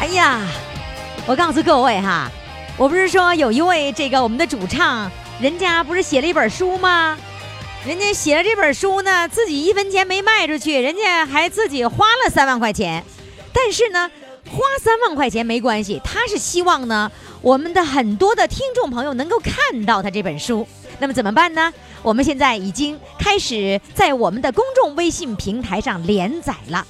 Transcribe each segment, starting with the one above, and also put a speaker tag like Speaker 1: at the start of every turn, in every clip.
Speaker 1: 哎呀，我告诉各位哈，我不是说有一位这个我们的主唱，人家不是写了一本书吗？人家写了这本书呢，自己一分钱没卖出去，人家还自己花了三万块钱。但是呢，花三万块钱没关系，他是希望呢，我们的很多的听众朋友能够看到他这本书。那么怎么办呢？我们现在已经开始在我们的公众微信平台上连载了。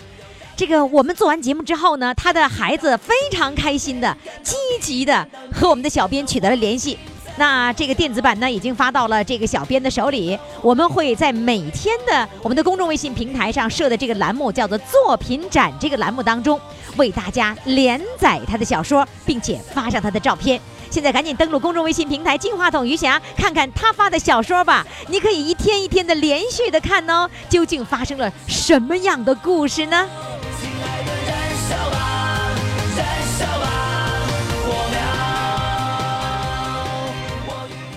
Speaker 1: 这个我们做完节目之后呢，他的孩子非常开心的、积极的和我们的小编取得了联系。那这个电子版呢，已经发到了这个小编的手里。我们会在每天的我们的公众微信平台上设的这个栏目叫做“作品展”这个栏目当中，为大家连载他的小说，并且发上他的照片。现在赶紧登录公众微信平台“金话筒余霞”，看看他发的小说吧。你可以一天一天的连续的看哦，究竟发生了什么样的故事呢？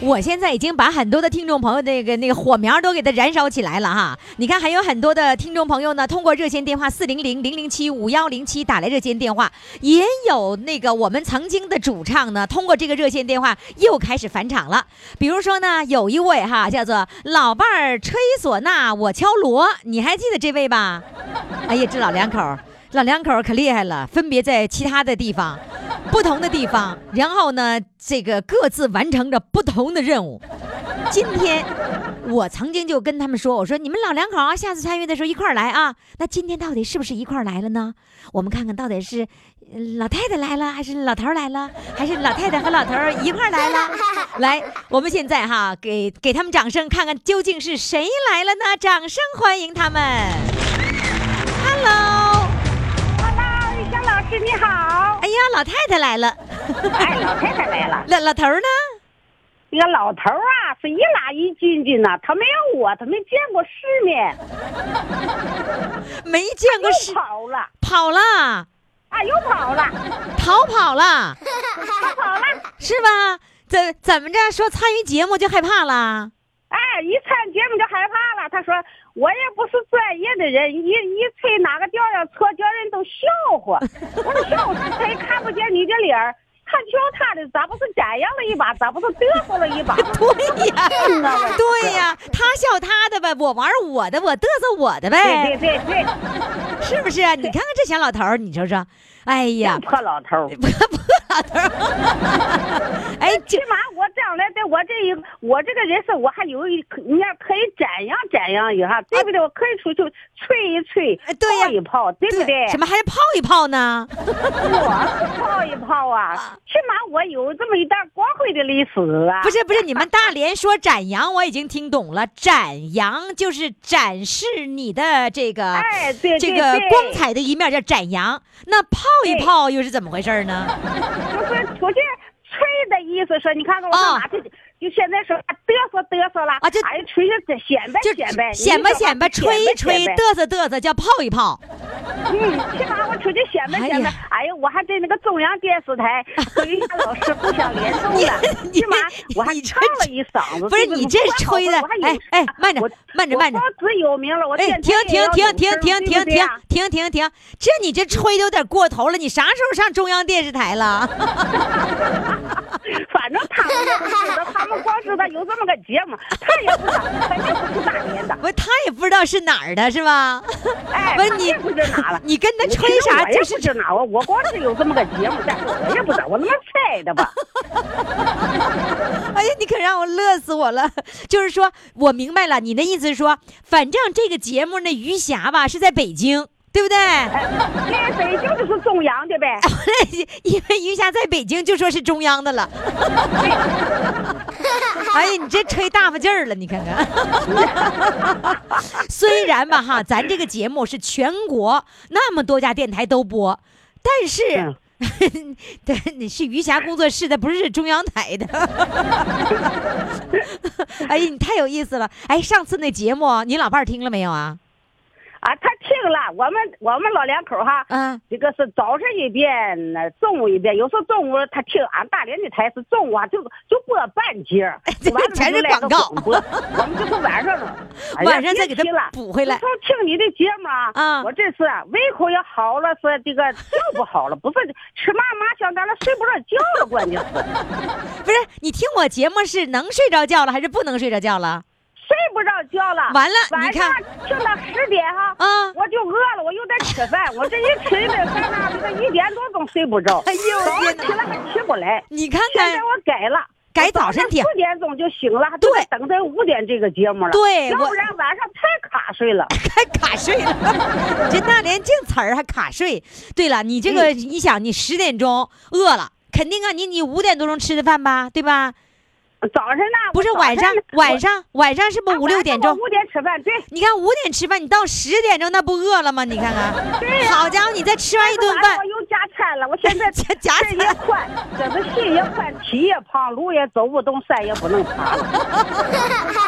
Speaker 1: 我现在已经把很多的听众朋友的那个那个火苗都给它燃烧起来了哈！你看，还有很多的听众朋友呢，通过热线电话四零零零零七五幺零七打来热线电话，也有那个我们曾经的主唱呢，通过这个热线电话又开始返场了。比如说呢，有一位哈叫做老伴儿吹唢呐，我敲锣，你还记得这位吧？哎呀，这老两口儿，老两口儿可厉害了，分别在其他的地方、不同的地方，然后呢，这个各自完成着不同的任务。今天我曾经就跟他们说，我说你们老两口啊，下次参与的时候一块儿来啊。那今天到底是不是一块儿来了呢？我们看看到底是呃老太太来了，还是老头儿来了，还是老太太和老头儿一块儿来了？来，我们现在哈，给给他们掌声，看看究竟是谁来了呢？掌声欢迎他们。Hello，
Speaker 2: Hello，雨霞哎老师你好。
Speaker 1: 哎呀，老太太来了，
Speaker 2: 哎，老太太来了，
Speaker 1: 老老头儿呢？
Speaker 2: 那个老头儿啊是一拉一进进呢，他没有我，他没见过世面，
Speaker 1: 没见过世
Speaker 2: 又，跑了
Speaker 1: 跑了，
Speaker 2: 啊，又跑了，
Speaker 1: 逃跑 了，
Speaker 2: 他跑了。
Speaker 1: 是吧？怎怎么着说参与节目就害怕 了？
Speaker 2: 哎，一看节目就害怕了。他说我也不是专业的人，一一吹哪个调要错，叫人都笑话。我说笑话谁看不见你的脸儿？看球他的咋不是展扬了一把，咋不是嘚瑟了一把？
Speaker 1: 对 呀，
Speaker 2: 我
Speaker 1: 对呀，他笑他的呗，我玩我的，我嘚瑟我的
Speaker 2: 对
Speaker 1: 呗，
Speaker 2: 对对对，
Speaker 1: 是不是啊？你看看这小老头儿，你瞅瞅，哎 呀，
Speaker 2: 破老头儿。
Speaker 1: 破破老头儿，哎，
Speaker 2: 起
Speaker 1: 这
Speaker 2: 码我将来在我这一我这个人生，我还有一人家可以展扬展扬一下，对不对？我可以出去吹一吹，
Speaker 1: 啊哎对呀
Speaker 2: 泡一泡，对不对？
Speaker 1: 什么还泡一泡呢？
Speaker 2: 我是泡一泡啊，起码我有这么一段光辉的历史啊。
Speaker 1: 不是不是，你们大连说展扬，我已经听懂了。展扬就是展示你的这个，
Speaker 2: 哎对
Speaker 1: 这
Speaker 2: 对
Speaker 1: 个
Speaker 2: 对
Speaker 1: 光彩的一面叫展扬。那泡一
Speaker 2: 对
Speaker 1: 泡又是怎么回事呢？
Speaker 2: 就是出去吹的意思，说你看看我上哪去？就现在说嘚瑟嘚瑟了
Speaker 1: 啊就
Speaker 2: 哎出去显摆
Speaker 1: 就
Speaker 2: 显摆
Speaker 1: 显摆显摆，吹一吹，
Speaker 2: 对。
Speaker 1: 嘚瑟嘚瑟，叫泡一泡。
Speaker 2: 嗯，起码我出去显摆
Speaker 1: 哎
Speaker 2: 显摆
Speaker 1: 呀。，
Speaker 2: 哎呀，我还在那个中央电视台和瑜伽老师互相联动了
Speaker 1: 你
Speaker 2: 起码我还
Speaker 1: 你这
Speaker 2: 唱了一嗓子。
Speaker 1: 不是
Speaker 2: 对
Speaker 1: 你这
Speaker 2: 我还好
Speaker 1: 吹的
Speaker 2: 我还有
Speaker 1: 哎哎慢着
Speaker 2: 我
Speaker 1: 慢着慢着
Speaker 2: 我报纸有名了，我
Speaker 1: 哎，
Speaker 2: 电台
Speaker 1: 停停
Speaker 2: 也要
Speaker 1: 停
Speaker 2: 有
Speaker 1: 停
Speaker 2: 声
Speaker 1: 停
Speaker 2: 对
Speaker 1: 停
Speaker 2: 不对
Speaker 1: 停
Speaker 2: 啊
Speaker 1: 停停停！这你这吹的有点过头了，你啥时候上中央电视台了？
Speaker 2: 反正他们也不知道，他们光知道有这么个节目，他也不知道，肯定不是大连的。
Speaker 1: 不，他也不知道是哪儿的，是 吧？
Speaker 2: 哎，
Speaker 1: 不是
Speaker 2: 他
Speaker 1: 你
Speaker 2: 也不知道哪了。
Speaker 1: 你跟他
Speaker 2: 我
Speaker 1: 吹
Speaker 2: 其实
Speaker 1: 啥
Speaker 2: 我也
Speaker 1: 就是
Speaker 2: 不知道，我我光是有这么个节目，但是我也不知道，我他妈猜的 吧？
Speaker 1: 哎呀，你可让我乐死我了！ 就是说我明白了，你的意思是说，反正这个节目那余霞吧是在北京，对不对？
Speaker 2: 这北京就是中央的呗。
Speaker 1: 因为余霞在北京就说是中央的了。哎呀，你这吹大发劲儿了，你看看。 虽然吧哈，咱这个节目是全国那么多家电台都播，但是
Speaker 2: 嗯。
Speaker 1: 对，你是余霞工作室的，不是中央台的。 哎呀，你太有意思了！哎，上次那节目你老伴儿听了没有啊？
Speaker 2: 啊，他听了我们我们老两口哈，
Speaker 1: 啊，
Speaker 2: 这个是早晨一遍，那中午一遍，有时候中午他听俺大连的台是中午啊，就就播半截儿
Speaker 1: 哎这，
Speaker 2: 完了
Speaker 1: 全
Speaker 2: 就是来个
Speaker 1: 广告
Speaker 2: 广播我们就是晚上 了，哎呀
Speaker 1: 晚上再给他
Speaker 2: 别提了
Speaker 1: 补回来
Speaker 2: 自从听你的节目啊，
Speaker 1: 啊
Speaker 2: 我这次啊胃口也好了，是这个觉不好了，不是吃嘛嘛香，咱了睡不着觉了，关键是
Speaker 1: 不是，你听我节目是能睡着觉了，还是不能睡着觉了？
Speaker 2: 睡不着觉了。
Speaker 1: 完了你
Speaker 2: 晚上
Speaker 1: 看
Speaker 2: 听到十点哈，
Speaker 1: 啊
Speaker 2: 我就饿了，我又得吃饭，我这一吃一顿饭呢，这个一点多钟睡不着，
Speaker 1: 哎呦
Speaker 2: 早
Speaker 1: 天
Speaker 2: 上
Speaker 1: 哪
Speaker 2: 起来还起不来。
Speaker 1: 你看
Speaker 2: 现
Speaker 1: 看
Speaker 2: 在，我改了，
Speaker 1: 改早晨听
Speaker 2: 四点钟就醒了，还都
Speaker 1: 对
Speaker 2: 等着五点这个节目了，
Speaker 1: 对
Speaker 2: 要
Speaker 1: 我
Speaker 2: 不然晚上太卡睡了。
Speaker 1: 还卡睡了。这大连这词儿还卡睡。对了，你这个、
Speaker 2: 嗯
Speaker 1: 你想，你十点钟饿了，肯定啊，你你五点多钟吃的饭吧，对吧？
Speaker 2: 早晨呢，
Speaker 1: 不是
Speaker 2: 我早
Speaker 1: 晚
Speaker 2: 晨
Speaker 1: 上，晚
Speaker 2: 我
Speaker 1: 上晚上是不是
Speaker 2: 啊
Speaker 1: 五六点
Speaker 2: 晚
Speaker 1: 钟
Speaker 2: 上我？五点吃饭，对，
Speaker 1: 你看五点吃饭，你到十点钟那不饿了吗？你看 看，好家伙，你再吃完一顿
Speaker 2: 晚上
Speaker 1: 饭
Speaker 2: 我，又加餐了，我 现 在
Speaker 1: 加加
Speaker 2: 这也宽，这个心也宽，体也胖，路也走不动，山也不能爬了。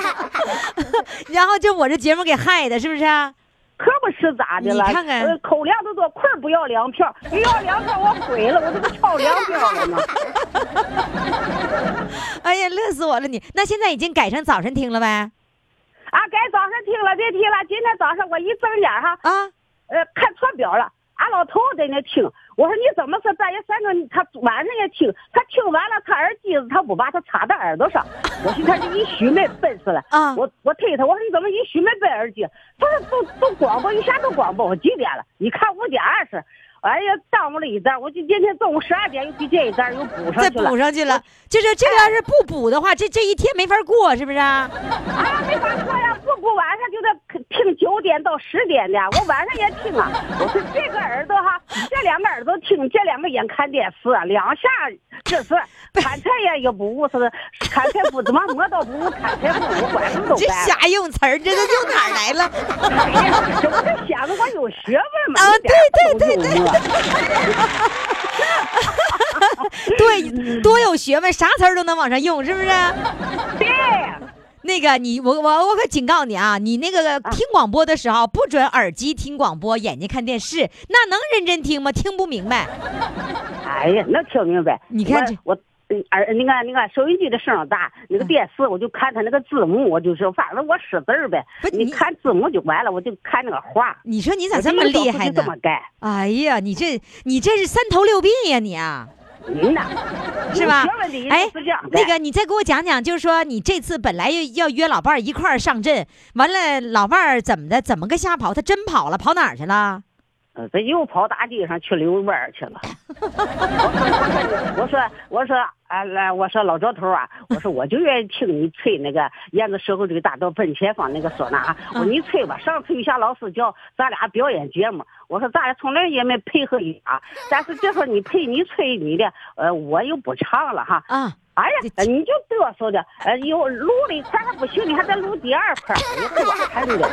Speaker 1: 然后就我这节目给害的，是不是啊？
Speaker 2: 可不是咋的了，
Speaker 1: 你看看
Speaker 2: 呃口粮都多，困儿不要粮票，一要粮票我毁了，我这不超粮票了 吗？
Speaker 1: 哎呀，乐死我了你！那现在已经改成早晨听了呗？
Speaker 2: 啊，该早上听了，别提了。今天早上我一睁眼哈，
Speaker 1: 啊，
Speaker 2: 呃，看错表了，俺老头在那听。我说你怎么是半夜三更？他晚上也听，他听完了，他耳机子他不把它插到耳朵上，我寻思他这一宿没笨死了。
Speaker 1: 啊
Speaker 2: 我我推他，我说你怎么一宿没奔耳机？他说都都广播一下都广播，我几点了？你看五点二十，哎呀，耽误了一单，我就今天中午十二点又去这一单又补上
Speaker 1: 再
Speaker 2: 去了
Speaker 1: 补。上去了，就是这要是不补的话，这这一天没法过，是不是啊？
Speaker 2: 啊，没法说呀，不补晚上就得听九点到十点的，我晚上也听啊。我说这个耳朵哈，这两个耳朵听，这两个眼看电视，啊两下这 是砍柴也也不误，是砍柴不怎么磨刀不误砍柴不误，管什么都
Speaker 1: 这
Speaker 2: 干。
Speaker 1: 瞎用词儿，这都用哪儿来了？
Speaker 2: 哎呀，这不是显得我有学问吗？
Speaker 1: 啊
Speaker 2: 一点都不啊幽默
Speaker 1: 对，多有学问，啥词儿都能往上用，是不是？
Speaker 2: 对，
Speaker 1: 那个你，我我我可警告你啊，你那个听广播的时候不准耳机听广播，眼睛看电视，那能认真听吗？听不明白。
Speaker 2: 哎呀，能听明白？
Speaker 1: 你看这嗯
Speaker 2: 我。我嗯耳那个那个收音机的声儿大，那个电视我就看它那个字幕，我就是反正我识字儿呗
Speaker 1: 不。你
Speaker 2: 你看字幕就完了，我就看那个画。
Speaker 1: 你说你咋这么厉害
Speaker 2: 我就
Speaker 1: 呢
Speaker 2: 这？么干，
Speaker 1: 哎呀，你这你这是三头六臂呀、你啊，
Speaker 2: 您嗯呐，
Speaker 1: 是吧
Speaker 2: 有学问的？人
Speaker 1: 哎
Speaker 2: 是这样，干
Speaker 1: 那个你再给我讲讲，就是说你这次本来要约老伴儿一块儿上阵，完了老伴儿怎么的，怎么个瞎跑？他真跑了，跑哪儿去了？
Speaker 2: 呃这又跑大街上去遛弯儿去了。 我说，我说，我说，啊，来，我说老赵头啊，我说我就愿意听你吹那个沿着社会主义大道奔前方那个唢呐啊。我说你吹吧，上次玉霞老师叫咱俩表演节目，我说咱俩从来也没配合一下，但是这会儿你配你吹你的，呃，我又不唱了哈。
Speaker 1: 啊，
Speaker 2: 哎
Speaker 1: 这
Speaker 2: 呀，你就嘚瑟的，呃，有撸了一块还不行，你还得撸第二块， 你管他呢。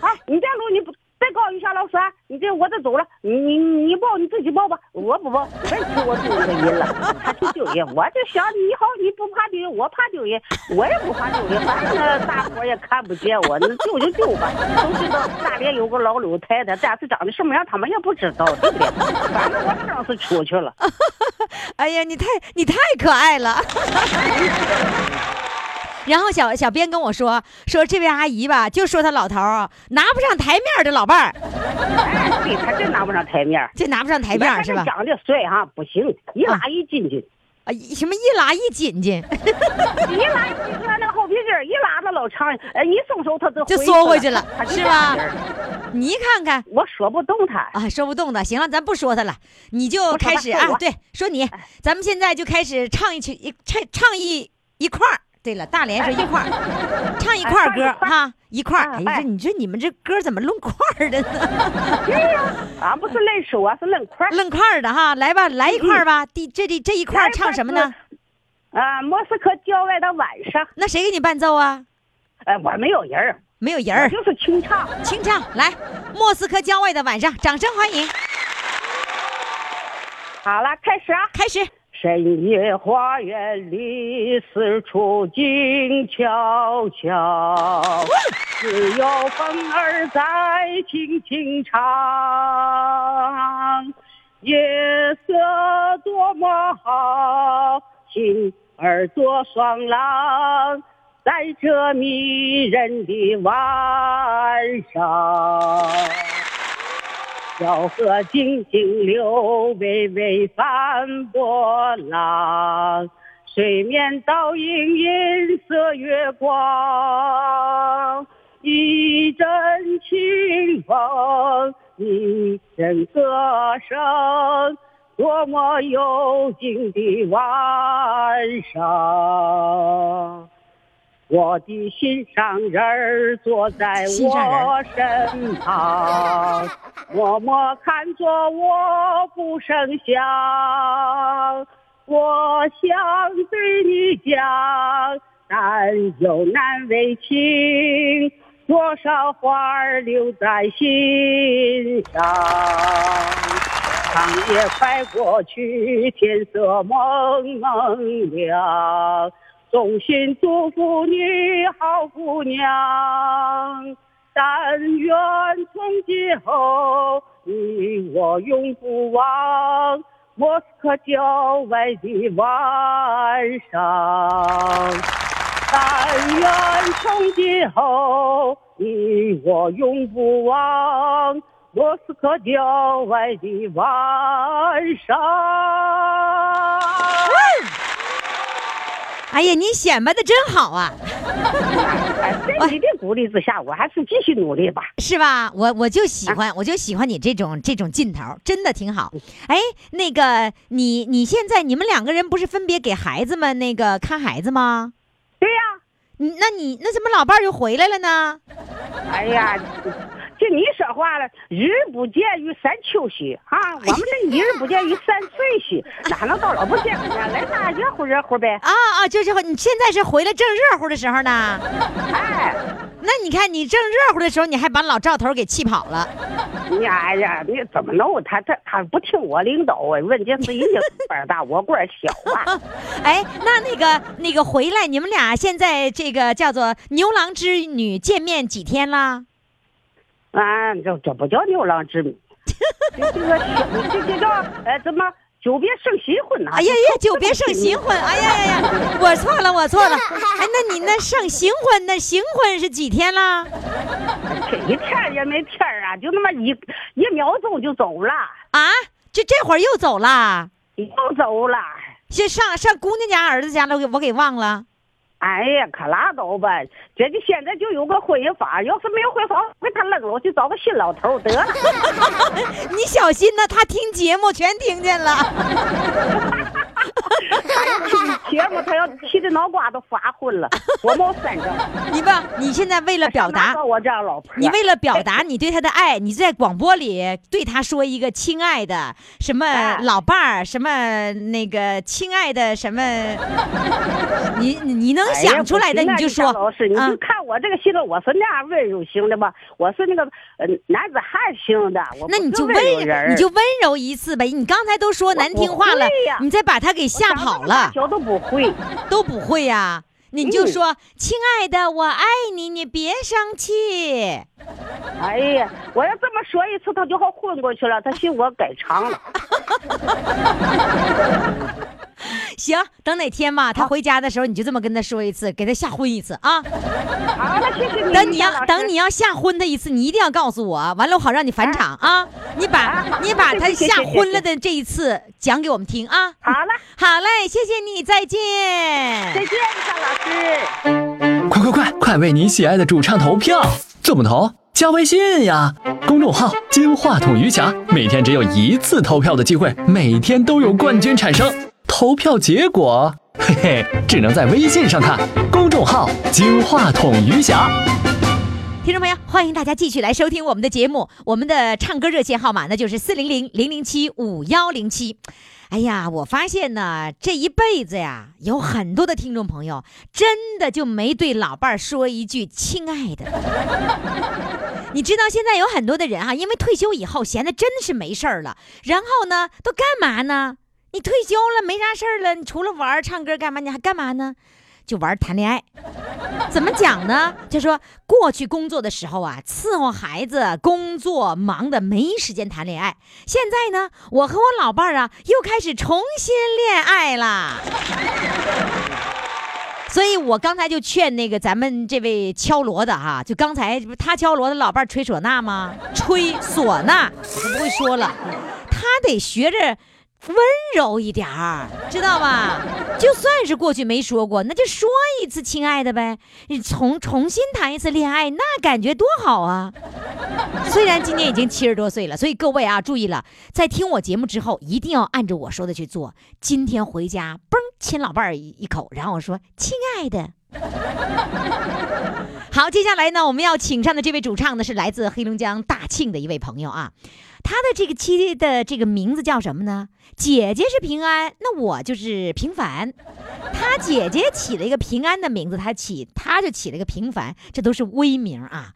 Speaker 2: 好，啊你再撸你不再告诉一下老师啊，你这我这走了，你你你报你自己报吧，我不报，我也听我丢人的音了，还去丢人，我就想你好，你不怕丢人，我怕丢人，我也不怕丢人，反正那大伙儿也看不见我，那丢就丢吧，都知道大连有个老柳太太，但是长得什么样他们也不知道，对不对？反正我上次出去了。
Speaker 1: 哎呀，你太你太可爱了。 然后小小编跟我说说这位阿姨吧，就说她老头儿拿不上台面儿的老伴儿，
Speaker 2: 哎，对，他真拿不上台面儿，
Speaker 1: 哎这拿不上台面
Speaker 2: 那
Speaker 1: 儿
Speaker 2: 他
Speaker 1: 是吧？
Speaker 2: 长得帅哈、不行，一拉一进去，
Speaker 1: 啊，一什么一拉一紧 紧，
Speaker 2: 一拉一进去，那后皮筋儿一拉那老长，哎，一松手他就
Speaker 1: 就缩回去了
Speaker 2: 他就
Speaker 1: 吧
Speaker 2: 是这样人儿
Speaker 1: 你看看
Speaker 2: 我说不动他，
Speaker 1: 啊，说不动的。行了，咱不说他了，你就
Speaker 2: 不说他
Speaker 1: 开始
Speaker 2: 说哎
Speaker 1: 啊，
Speaker 2: 我
Speaker 1: 对，说你，咱们现在就开始唱一曲，一唱唱一一块儿。对了，大连说一块儿，唱一块儿
Speaker 2: 哎
Speaker 1: 歌
Speaker 2: 唱一块儿
Speaker 1: 哈，一块儿。
Speaker 2: 啊
Speaker 1: 哎
Speaker 2: 哎
Speaker 1: 呀，这你说你们这歌怎么论块儿的呢？
Speaker 2: 对哎呀、俺不是愣手啊，是愣块儿。
Speaker 1: 愣块儿的哈，来吧，来一块儿吧。第这第这一块儿
Speaker 2: 来一块
Speaker 1: 唱
Speaker 2: 儿
Speaker 1: 什么呢？
Speaker 2: 呃，莫斯科郊外的晚上，
Speaker 1: 那谁给你伴奏啊？
Speaker 2: 呃，我没有人儿，
Speaker 1: 没有人
Speaker 2: 我
Speaker 1: 儿，
Speaker 2: 就是清唱。
Speaker 1: 清唱来。莫斯科郊外的晚上，掌声欢迎，
Speaker 2: 好了，开始啊！
Speaker 1: 开始。
Speaker 2: 深夜花园里，四处静悄悄，只有风儿在轻轻唱。夜色多么好，心儿做双郎，在这迷人的晚上。小河静静流，微微翻波浪，水面倒映银色月光。一阵清风，一阵歌声，多么幽静的晚上。我的心上人儿坐在
Speaker 1: 心上人
Speaker 2: 我身旁，默默看着我不声响。我想对你讲，但有难为情，多少花儿留在心上。长夜快过去，天色蒙蒙亮。衷心祝福你好姑娘，但愿从今后你我永不忘莫斯科郊外的晚上。但愿从今后你我永不忘莫斯科郊外的晚上。
Speaker 1: 哎呀，你显摆的真好啊，
Speaker 2: 哎，在你的鼓励之下，我还是继续努力吧。
Speaker 1: 是吧？我我就喜欢，我就喜欢你这种这种劲头，真的挺好。哎，那个你你现在你们两个人不是分别给孩子们那个看孩子吗？
Speaker 2: 对呀、
Speaker 1: 你那你那怎么老伴儿就回来了呢？
Speaker 2: 哎呀，就你说话了，日不见于三秋兮啊！我们这一日不见于三岁兮，哪能到老不见呢？来那热乎热乎呗！
Speaker 1: 啊啊，就是你现在是回来正热乎的时候呢。
Speaker 2: 哎，
Speaker 1: 那你看你正热乎的时候，你还把老赵头给气跑了。
Speaker 2: 你哎呀，你怎么弄？他这他不听我领导，我问这是人家官儿大，我官儿小啊！
Speaker 1: 哎，那那个那个回来，你们俩现在这个叫做牛郎织女见面几天啦？
Speaker 2: 啊，这这不叫牛郎织女，这这个小这这叫呃怎么久别胜新婚呐？
Speaker 1: 哎呀呀，久别胜新婚！哎呀呀呀，我错了，我错了。哎，那你那胜新婚，那新婚是几天啦？
Speaker 2: 这一天儿也没天儿啊，就那么一一秒钟就走了，
Speaker 1: 啊，这这会儿又走啦？
Speaker 2: 又走了。
Speaker 1: 先上上姑娘家、儿子家了，我给我给忘了。
Speaker 2: 哎呀，可拉倒吧！这就现在就有个婚姻法，要是没有婚姻法，我给他扔了，我去找个新老头儿 得了。
Speaker 1: 你小心呐，他听节目全听见了。
Speaker 2: 节目他要气的脑瓜都发昏了，我冒三张，
Speaker 1: 你吧，你现在为了 表达
Speaker 2: 哪，找我这样老婆，
Speaker 1: 你为了表达你对他的爱，你在广播里对他说一个“亲爱的”什么
Speaker 2: 哎
Speaker 1: 老伴儿，什么那个“亲爱的”什么，你你你能
Speaker 2: 哎呀
Speaker 1: 想出来的
Speaker 2: 不行
Speaker 1: 你
Speaker 2: 啊
Speaker 1: 就说
Speaker 2: 张老师，你
Speaker 1: 啊
Speaker 2: 就看我这个性格，我是那样温柔型的吧，我是那个呃男子汉型的，我
Speaker 1: 那你
Speaker 2: 不
Speaker 1: 就是温
Speaker 2: 柔人儿，
Speaker 1: 你就温柔一次呗。你刚才都说难听话了
Speaker 2: 我不会呀，
Speaker 1: 你再把他给吓跑了
Speaker 2: 小都不会。
Speaker 1: 都不会呀、你就
Speaker 2: 嗯
Speaker 1: 说、亲爱的，我爱你，你别生气。
Speaker 2: 哎呀，我要这么说一次，他就好混过去了，他信我改长了。
Speaker 1: 行，等哪天吧，他回家的时候，你就这么跟他说一次，给他吓昏一次啊。
Speaker 2: 好了，谢谢你，
Speaker 1: 等你
Speaker 2: 张老
Speaker 1: 要
Speaker 2: 师
Speaker 1: 等你要吓昏他一次，你一定要告诉我，完了我好让你返场啊！你把
Speaker 2: 啊 好
Speaker 1: 你把他
Speaker 2: 谢谢
Speaker 1: 吓
Speaker 2: 谢谢
Speaker 1: 昏了的这一次讲给我们听啊！
Speaker 2: 好了，
Speaker 1: 好嘞，谢谢你，再见
Speaker 2: 再。见，张老师。
Speaker 3: 快快快，快为你喜爱的主唱投票！怎么投？加微信呀，公众号“金话筒余霞”，每天只有一次投票的机会，每天都有冠军产生。投票结果，嘿嘿，只能在微信上看。公众号“金话筒余霞”。
Speaker 1: 听众朋友，欢迎大家继续来收听我们的节目。我们的唱歌热线号码呢，就是四零零零零七五幺零七。哎呀，我发现呢，这一辈子呀，有很多的听众朋友真的就没对老伴儿说一句“亲爱的”。 你知道现在有很多的人啊，因为退休以后闲的真是没事儿了，然后呢，都干嘛呢？你退休了没啥事儿了，你除了玩儿唱歌干嘛？你还干嘛呢？就玩儿谈恋爱。怎么讲呢？就说过去工作的时候啊，伺候孩子，工作忙的没时间谈恋爱。现在呢，我和我老伴儿啊，又开始重新恋爱啦。所以我刚才就劝那个咱们这位敲锣的哈、就刚才不是他敲锣的老伴儿吹唢呐吗？吹唢呐，我都不会说了，他得学着。温柔一点儿，知道吧？就算是过去没说过，那就说一次“亲爱的”呗。你重重新谈一次恋爱，那感觉多好啊！虽然今年已经七十多岁了，所以各位啊，注意了，在听我节目之后，一定要按照我说的去做。今天回家，嘣，亲老伴儿一一口，然后我说：“亲爱的。”好，接下来呢，我们要请上的这位主唱呢，是来自黑龙江大庆的一位朋友啊。他的这个妻的这个名字叫什么呢？姐姐是平安，那我就是平凡。他姐姐起了一个平安的名字，他起他就起了一个平凡，这都是微名啊。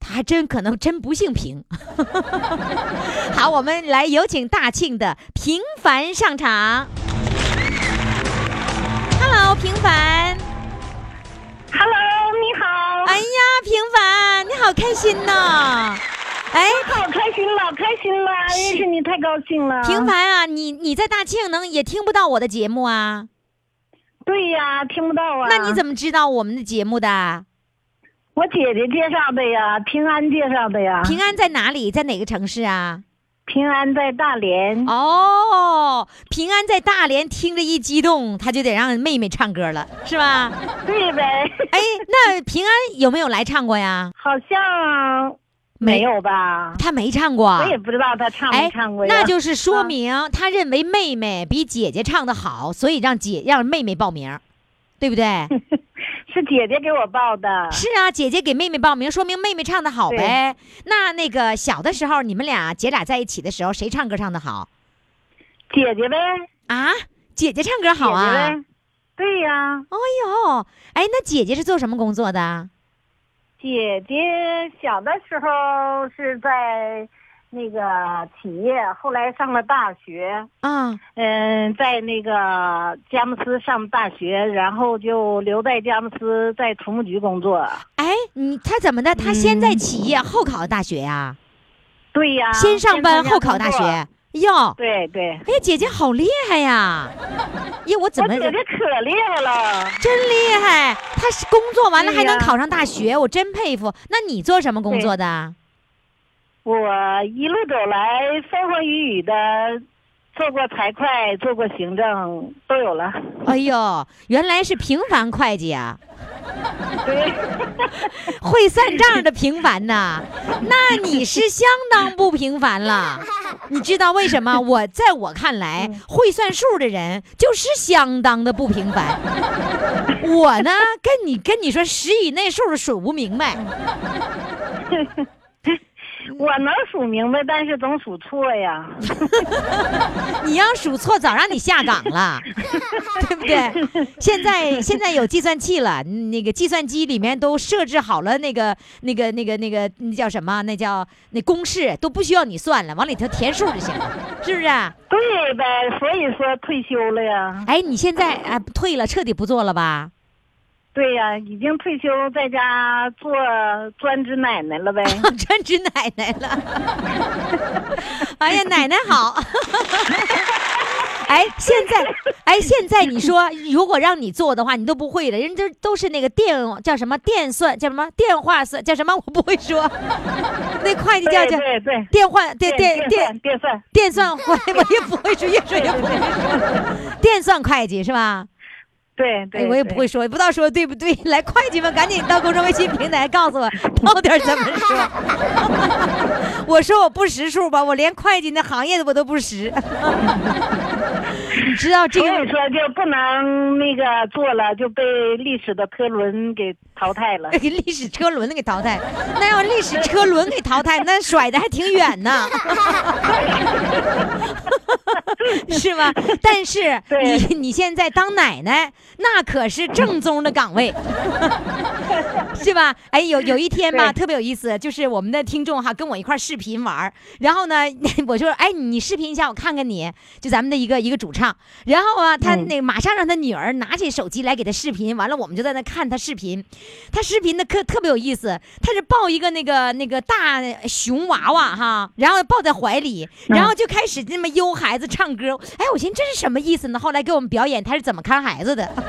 Speaker 1: 他还真可能真不姓平。 好，我们来有请大庆的平凡上场。Hello，平凡。
Speaker 2: Hello，你好，
Speaker 1: 哎呀，平凡，你好开心呐！哎，
Speaker 2: 好开心了，开心了，认识你太高兴了。
Speaker 1: 平凡啊，你你在大庆能也听不到我的节目啊？
Speaker 2: 对呀，听不到啊。
Speaker 1: 那你
Speaker 2: 么？
Speaker 1: 怎么知道我们的节目的？
Speaker 2: 我姐姐介绍的呀，平安介绍的呀。
Speaker 1: 平安在哪里？在哪个城市啊？
Speaker 2: 平安在大连。
Speaker 1: 哦，平安在大连，听着一激动，他就得让妹妹唱歌了，是吧？
Speaker 2: 对呗，
Speaker 1: 哎，那平安有没有来唱过呀？
Speaker 2: 好像没有吧？
Speaker 1: 他没唱过。啊
Speaker 2: 我也不知道他唱没唱过呀。
Speaker 1: 那就是说明他认为妹妹比姐姐唱的好，所以让姐让妹妹报名，对不对？
Speaker 2: 是姐姐给我报的。
Speaker 1: 是啊，姐姐给妹妹报名，说明妹妹唱的好呗。那那个小的时候，你们俩姐俩在一起的时候，谁唱歌唱的好
Speaker 2: 姐姐呗，
Speaker 1: 啊？姐姐唱歌好啊！
Speaker 2: 姐姐呗。对呀，
Speaker 1: 哎呦，哎，那姐姐是做什么工作的？
Speaker 2: 姐姐小的时候是在那个企业，后来上了大学，
Speaker 1: 啊，
Speaker 2: 嗯，在那个佳木斯上大学，然后就留在佳木斯，在土木局工作。
Speaker 1: 哎，你她怎么的？她先在企业，后考大学呀、
Speaker 2: 对呀，
Speaker 1: 先上班，
Speaker 2: 参加
Speaker 1: 后考大
Speaker 2: 工作。
Speaker 1: 学。哟，
Speaker 2: 对
Speaker 1: 哎
Speaker 2: 对，
Speaker 1: 呀，姐姐好厉害 呀！呀，我怎
Speaker 2: 我
Speaker 1: 么
Speaker 2: 姐姐可厉害了。
Speaker 1: 真厉害？她是工作完了还
Speaker 2: 对呀
Speaker 1: 能考上大学，我真佩服。那你做什么工作的？
Speaker 2: 我一路走来风风雨雨的，做过财会，做过行政，都有了。
Speaker 1: 哎呦，原来是平凡会计啊，
Speaker 2: 对，
Speaker 1: 会算账的平凡呐，那你是相当不平凡了。你知道为什么？我在我看来，会算数的人就是相当的不平凡。我呢，跟你跟你说，十以内数儿数不明白。
Speaker 2: 我能数明白，但是总数错呀。
Speaker 1: 你要数错，早让你下岗了，对不对？现在现在有计算器了，那个计算机里面都设置好了那个那个那个那个那叫什么？那叫那公式都不需要你算了，往里头填数就行了，是不是？
Speaker 2: 对呗，所以说退休了呀。
Speaker 1: 哎，你现在哎退了，彻底不做了吧？
Speaker 2: 对呀，已经退休，在家做专职奶奶 了呗。
Speaker 1: 专职奶奶了。哎呀，奶奶好。哎，现在，哎，现在你说，如果让你做的话，你都不会了。人家都是那个电叫什么电算，叫什么电话算，叫什么？我不会说。那会计叫
Speaker 2: 对
Speaker 1: 叫
Speaker 2: 对对，
Speaker 1: 电话，对
Speaker 2: 电
Speaker 1: 电电
Speaker 2: 算电算，
Speaker 1: 电算 会，我也不会说，越说越不会说。电算会计是吧？
Speaker 2: 对
Speaker 1: 哎，
Speaker 2: 对，
Speaker 1: 我也不会说，也不知道说对不对。来，会计们，赶紧到公众微信平台告诉我到底儿怎么说。 我说我不识数吧，我连会计那行业的我都不识。 知道这
Speaker 2: 所以
Speaker 1: 个
Speaker 2: 说就不能那个做了，就被历史的车轮给淘汰了。
Speaker 1: 给 历史车轮给淘汰，那要历史车轮给淘汰，那甩的还挺远呢， 是吧？但是
Speaker 2: 对
Speaker 1: 你你现在当奶奶，那可是正宗的岗位， 是吧？哎，有有一天吧，
Speaker 2: 对
Speaker 1: 特别有意思，就是我们的听众哈跟我一块儿视频玩儿，然后呢， 我说哎，你视频一下，我看看你，就咱们的一个一个主唱，然后啊，他
Speaker 2: 嗯
Speaker 1: 那马上让他女儿拿起手机来给他视频，完了我们就在那看他视频，他视频的特特别有意思，他是抱一个那个那个大熊娃娃哈，然后抱在怀里，
Speaker 2: 嗯
Speaker 1: 然后就开始那么悠孩子唱歌，哎，我寻思这是什么意思呢？后来给我们表演他是怎么看孩子的。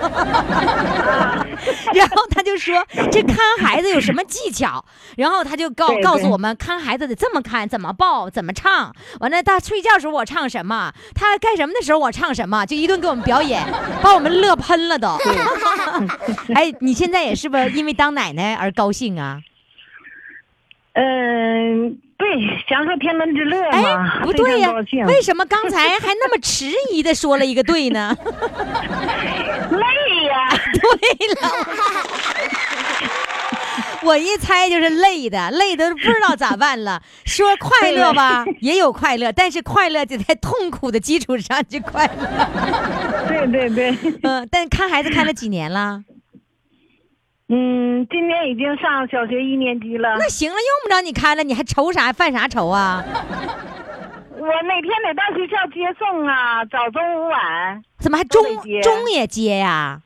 Speaker 1: 然后他就说这看孩子有什么技巧，然后他就告
Speaker 2: 对对
Speaker 1: 告诉我们看孩子得这么看，怎么抱，怎么唱。完了，他睡觉时候我唱什么，他干什么的时候我唱什么，就一顿给我们表演，把我们乐喷了都。 哎，你现在也是不是因为当奶奶而高兴啊？
Speaker 2: 嗯，对，享受天伦之乐
Speaker 1: 哎
Speaker 2: 嘛，，
Speaker 1: 不
Speaker 2: 非常
Speaker 1: 对呀、
Speaker 2: 高兴
Speaker 1: 为什么刚才还那么迟疑的说了一个对呢？
Speaker 2: 累呀、
Speaker 1: 对了， 我一猜就是累的，累的不知道咋办了。说快乐 吧，也有快乐，但是快乐得在痛苦的基础上去快乐。
Speaker 2: 对对对，
Speaker 1: 嗯、但看孩子看了几年了，
Speaker 2: 嗯，今年已经上小学一年级了。
Speaker 1: 那行了，用不着你看了，你还愁啥？犯啥愁啊？
Speaker 2: 我每天得到学校接送啊，早中午晚。
Speaker 1: 怎么还
Speaker 2: 都
Speaker 1: 中
Speaker 2: 得接
Speaker 1: 中也接呀、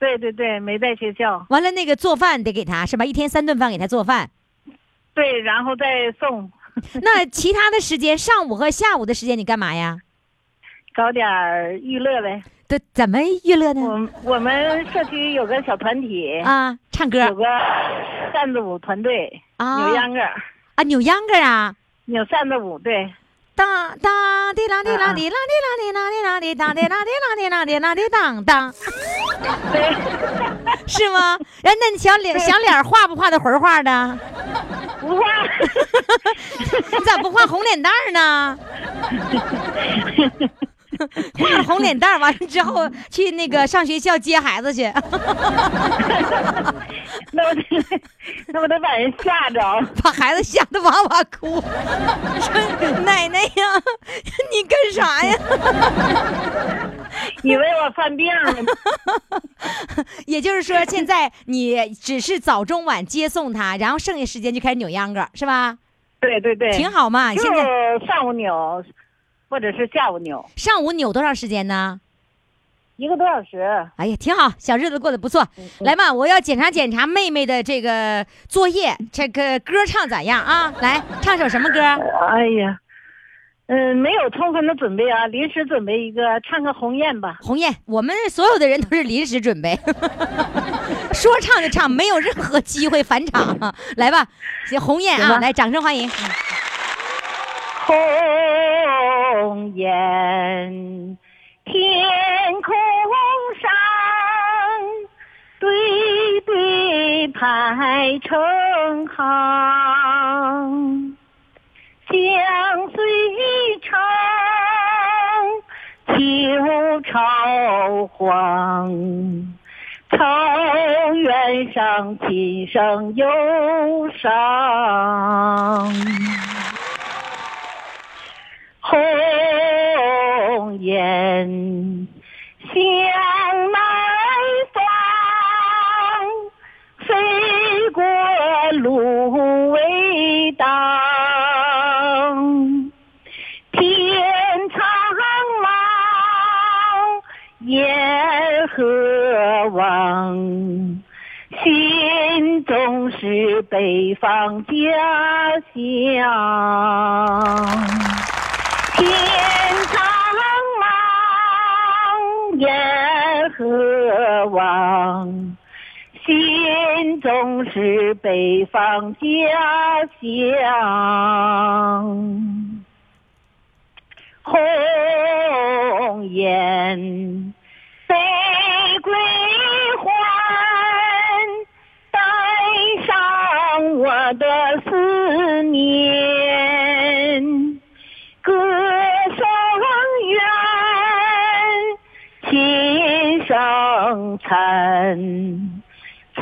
Speaker 2: 对对对，没在学校。
Speaker 1: 完了，那个做饭得给他是吧？一天三顿饭给他做饭。
Speaker 2: 对，然后再送，
Speaker 1: 那其他的时间，上午和下午的时间你干嘛呀？
Speaker 2: 搞点儿娱乐呗。
Speaker 1: 这怎么娱乐呢？
Speaker 2: 我我们社区有个小团体，
Speaker 1: 嗯啊，唱
Speaker 2: 有
Speaker 1: 歌
Speaker 2: 个扇子舞团队，
Speaker 1: 啊
Speaker 2: 扭秧歌儿，
Speaker 1: 啊，扭秧歌啊。
Speaker 2: 扭扇子舞。对，
Speaker 1: 当当滴啦滴啦滴啦滴啦滴啦滴啦滴当滴啦滴啦滴啦滴啦滴当当，
Speaker 2: 对，
Speaker 1: 是吗？然后那你小脸小脸画不画的魂画的？
Speaker 2: 不画。
Speaker 1: 你咋不画红脸蛋儿呢？画了红脸蛋儿，完了之后去那个上学校接孩子去。
Speaker 2: 那我得，那我得把人吓着。
Speaker 1: 把孩子吓得哇哇哭，说奶奶呀，你干啥呀？
Speaker 2: 以为我犯病 了，
Speaker 1: 也就是说，现在你只是早中晚接送他，然后剩下时间就开始扭秧歌，是吧？
Speaker 2: 对对对，
Speaker 1: 挺好嘛。
Speaker 2: 就
Speaker 1: 现在
Speaker 2: 是上午扭，或者是下午扭，
Speaker 1: 上午扭多长时间呢？
Speaker 2: 一个多小时。
Speaker 1: 哎呀，挺好，小日子过得不
Speaker 2: 嗯
Speaker 1: 错。来嘛，我要检查检查妹妹的这个作业，这个歌唱咋样啊？来，唱首什么歌？
Speaker 2: 哎呀，嗯、没有充分的准备啊，临时准备一个，唱个《鸿雁》吧。
Speaker 1: 红艳，我们所有的人都是临时准 备，说唱就唱，没有任何机会返场。啊来吧，行红艳
Speaker 2: 行
Speaker 1: 啊，
Speaker 2: 吧
Speaker 1: 来，掌声欢迎。
Speaker 2: 鸿雁，天空上对对排成行，相随成秋朝黄。草原上琴声忧伤。鸿雁向南方，飞过芦苇荡。天苍茫，雁何往？心中是北方家乡。天苍茫，雁何往？心中是北方家乡。鸿雁飞归还，带上我的思念。歌声远，春，草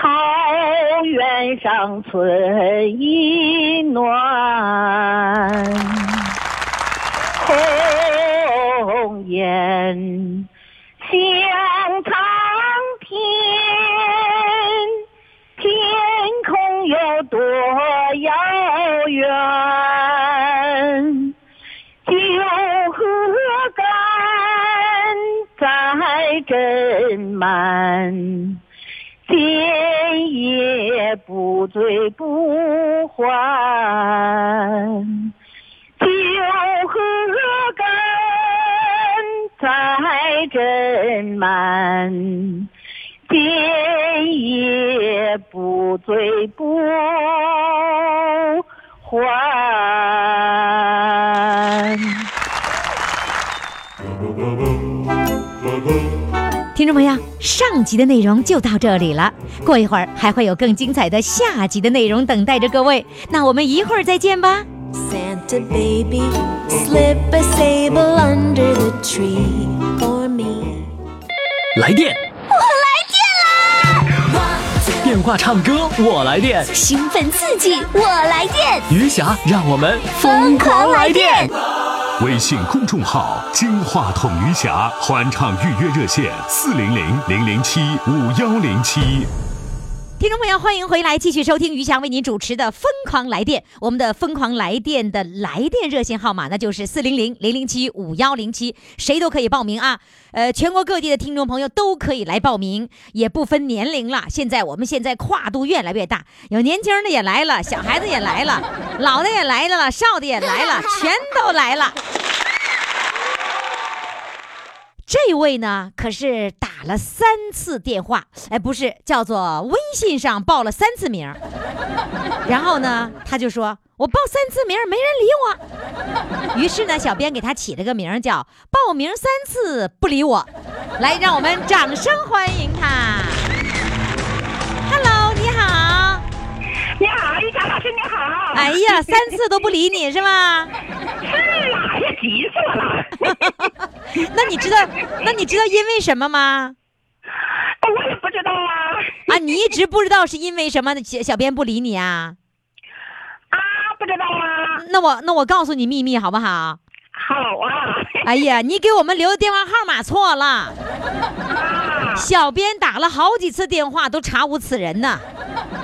Speaker 2: 原上春意暖，红颜向苍天，天空有多遥远？酒和干再斟满，今夜不醉不还。酒和干再斟满，今夜不醉不还。
Speaker 1: 听众朋友，上集的内容就到这里了，过一会儿还会有更精彩的下集的内容等待着各位。那我们一会儿再见吧。
Speaker 4: Santa baby, slip a sable under the tree for me.
Speaker 3: 来电，我来电啦！电话唱歌，我来电。
Speaker 5: 兴奋刺激，我来电，
Speaker 3: 余霞，让我们
Speaker 5: 疯狂来电！
Speaker 6: 微信公众号“金话筒余霞”欢唱预约热线：四零零零零七五幺零七。
Speaker 1: 听众朋友，欢迎回来，继续收听于翔为您主持的《疯狂来电》。我们的《疯狂来电》的来电热线号码那就是四零零零零七五幺零七，谁都可以报名啊。呃，全国各地的听众朋友都可以来报名，也不分年龄了。现在我们现在跨度越来越大，有年轻的也来了，小孩子也来了，老的也来了，少的也来了，全都来了。这位呢，可是打了三次电话，哎，不是，叫做微信上报了三次名儿，然后呢，他就说我报三次名儿没人理我，于是呢，小编给他起了个名儿叫“报名三次不理我”，来，让我们掌声欢迎他。Hello，你好，
Speaker 2: 你好，玉哎霞老师，你好。
Speaker 1: 哎呀，三次都不理你是吗？
Speaker 2: 是啦，哎呀，急死我了！
Speaker 1: 那你知道，那你知道因为什么吗？
Speaker 2: 我也不知道啊。
Speaker 1: 啊，你一直不知道是因为什么？小小编不理你啊？
Speaker 2: 啊，不知道啊。
Speaker 1: 那我那我告诉你秘密好不好？
Speaker 2: 好啊。
Speaker 1: 哎呀，你给我们留的电话号码错了，小编打了好几次电话都查无此人呢，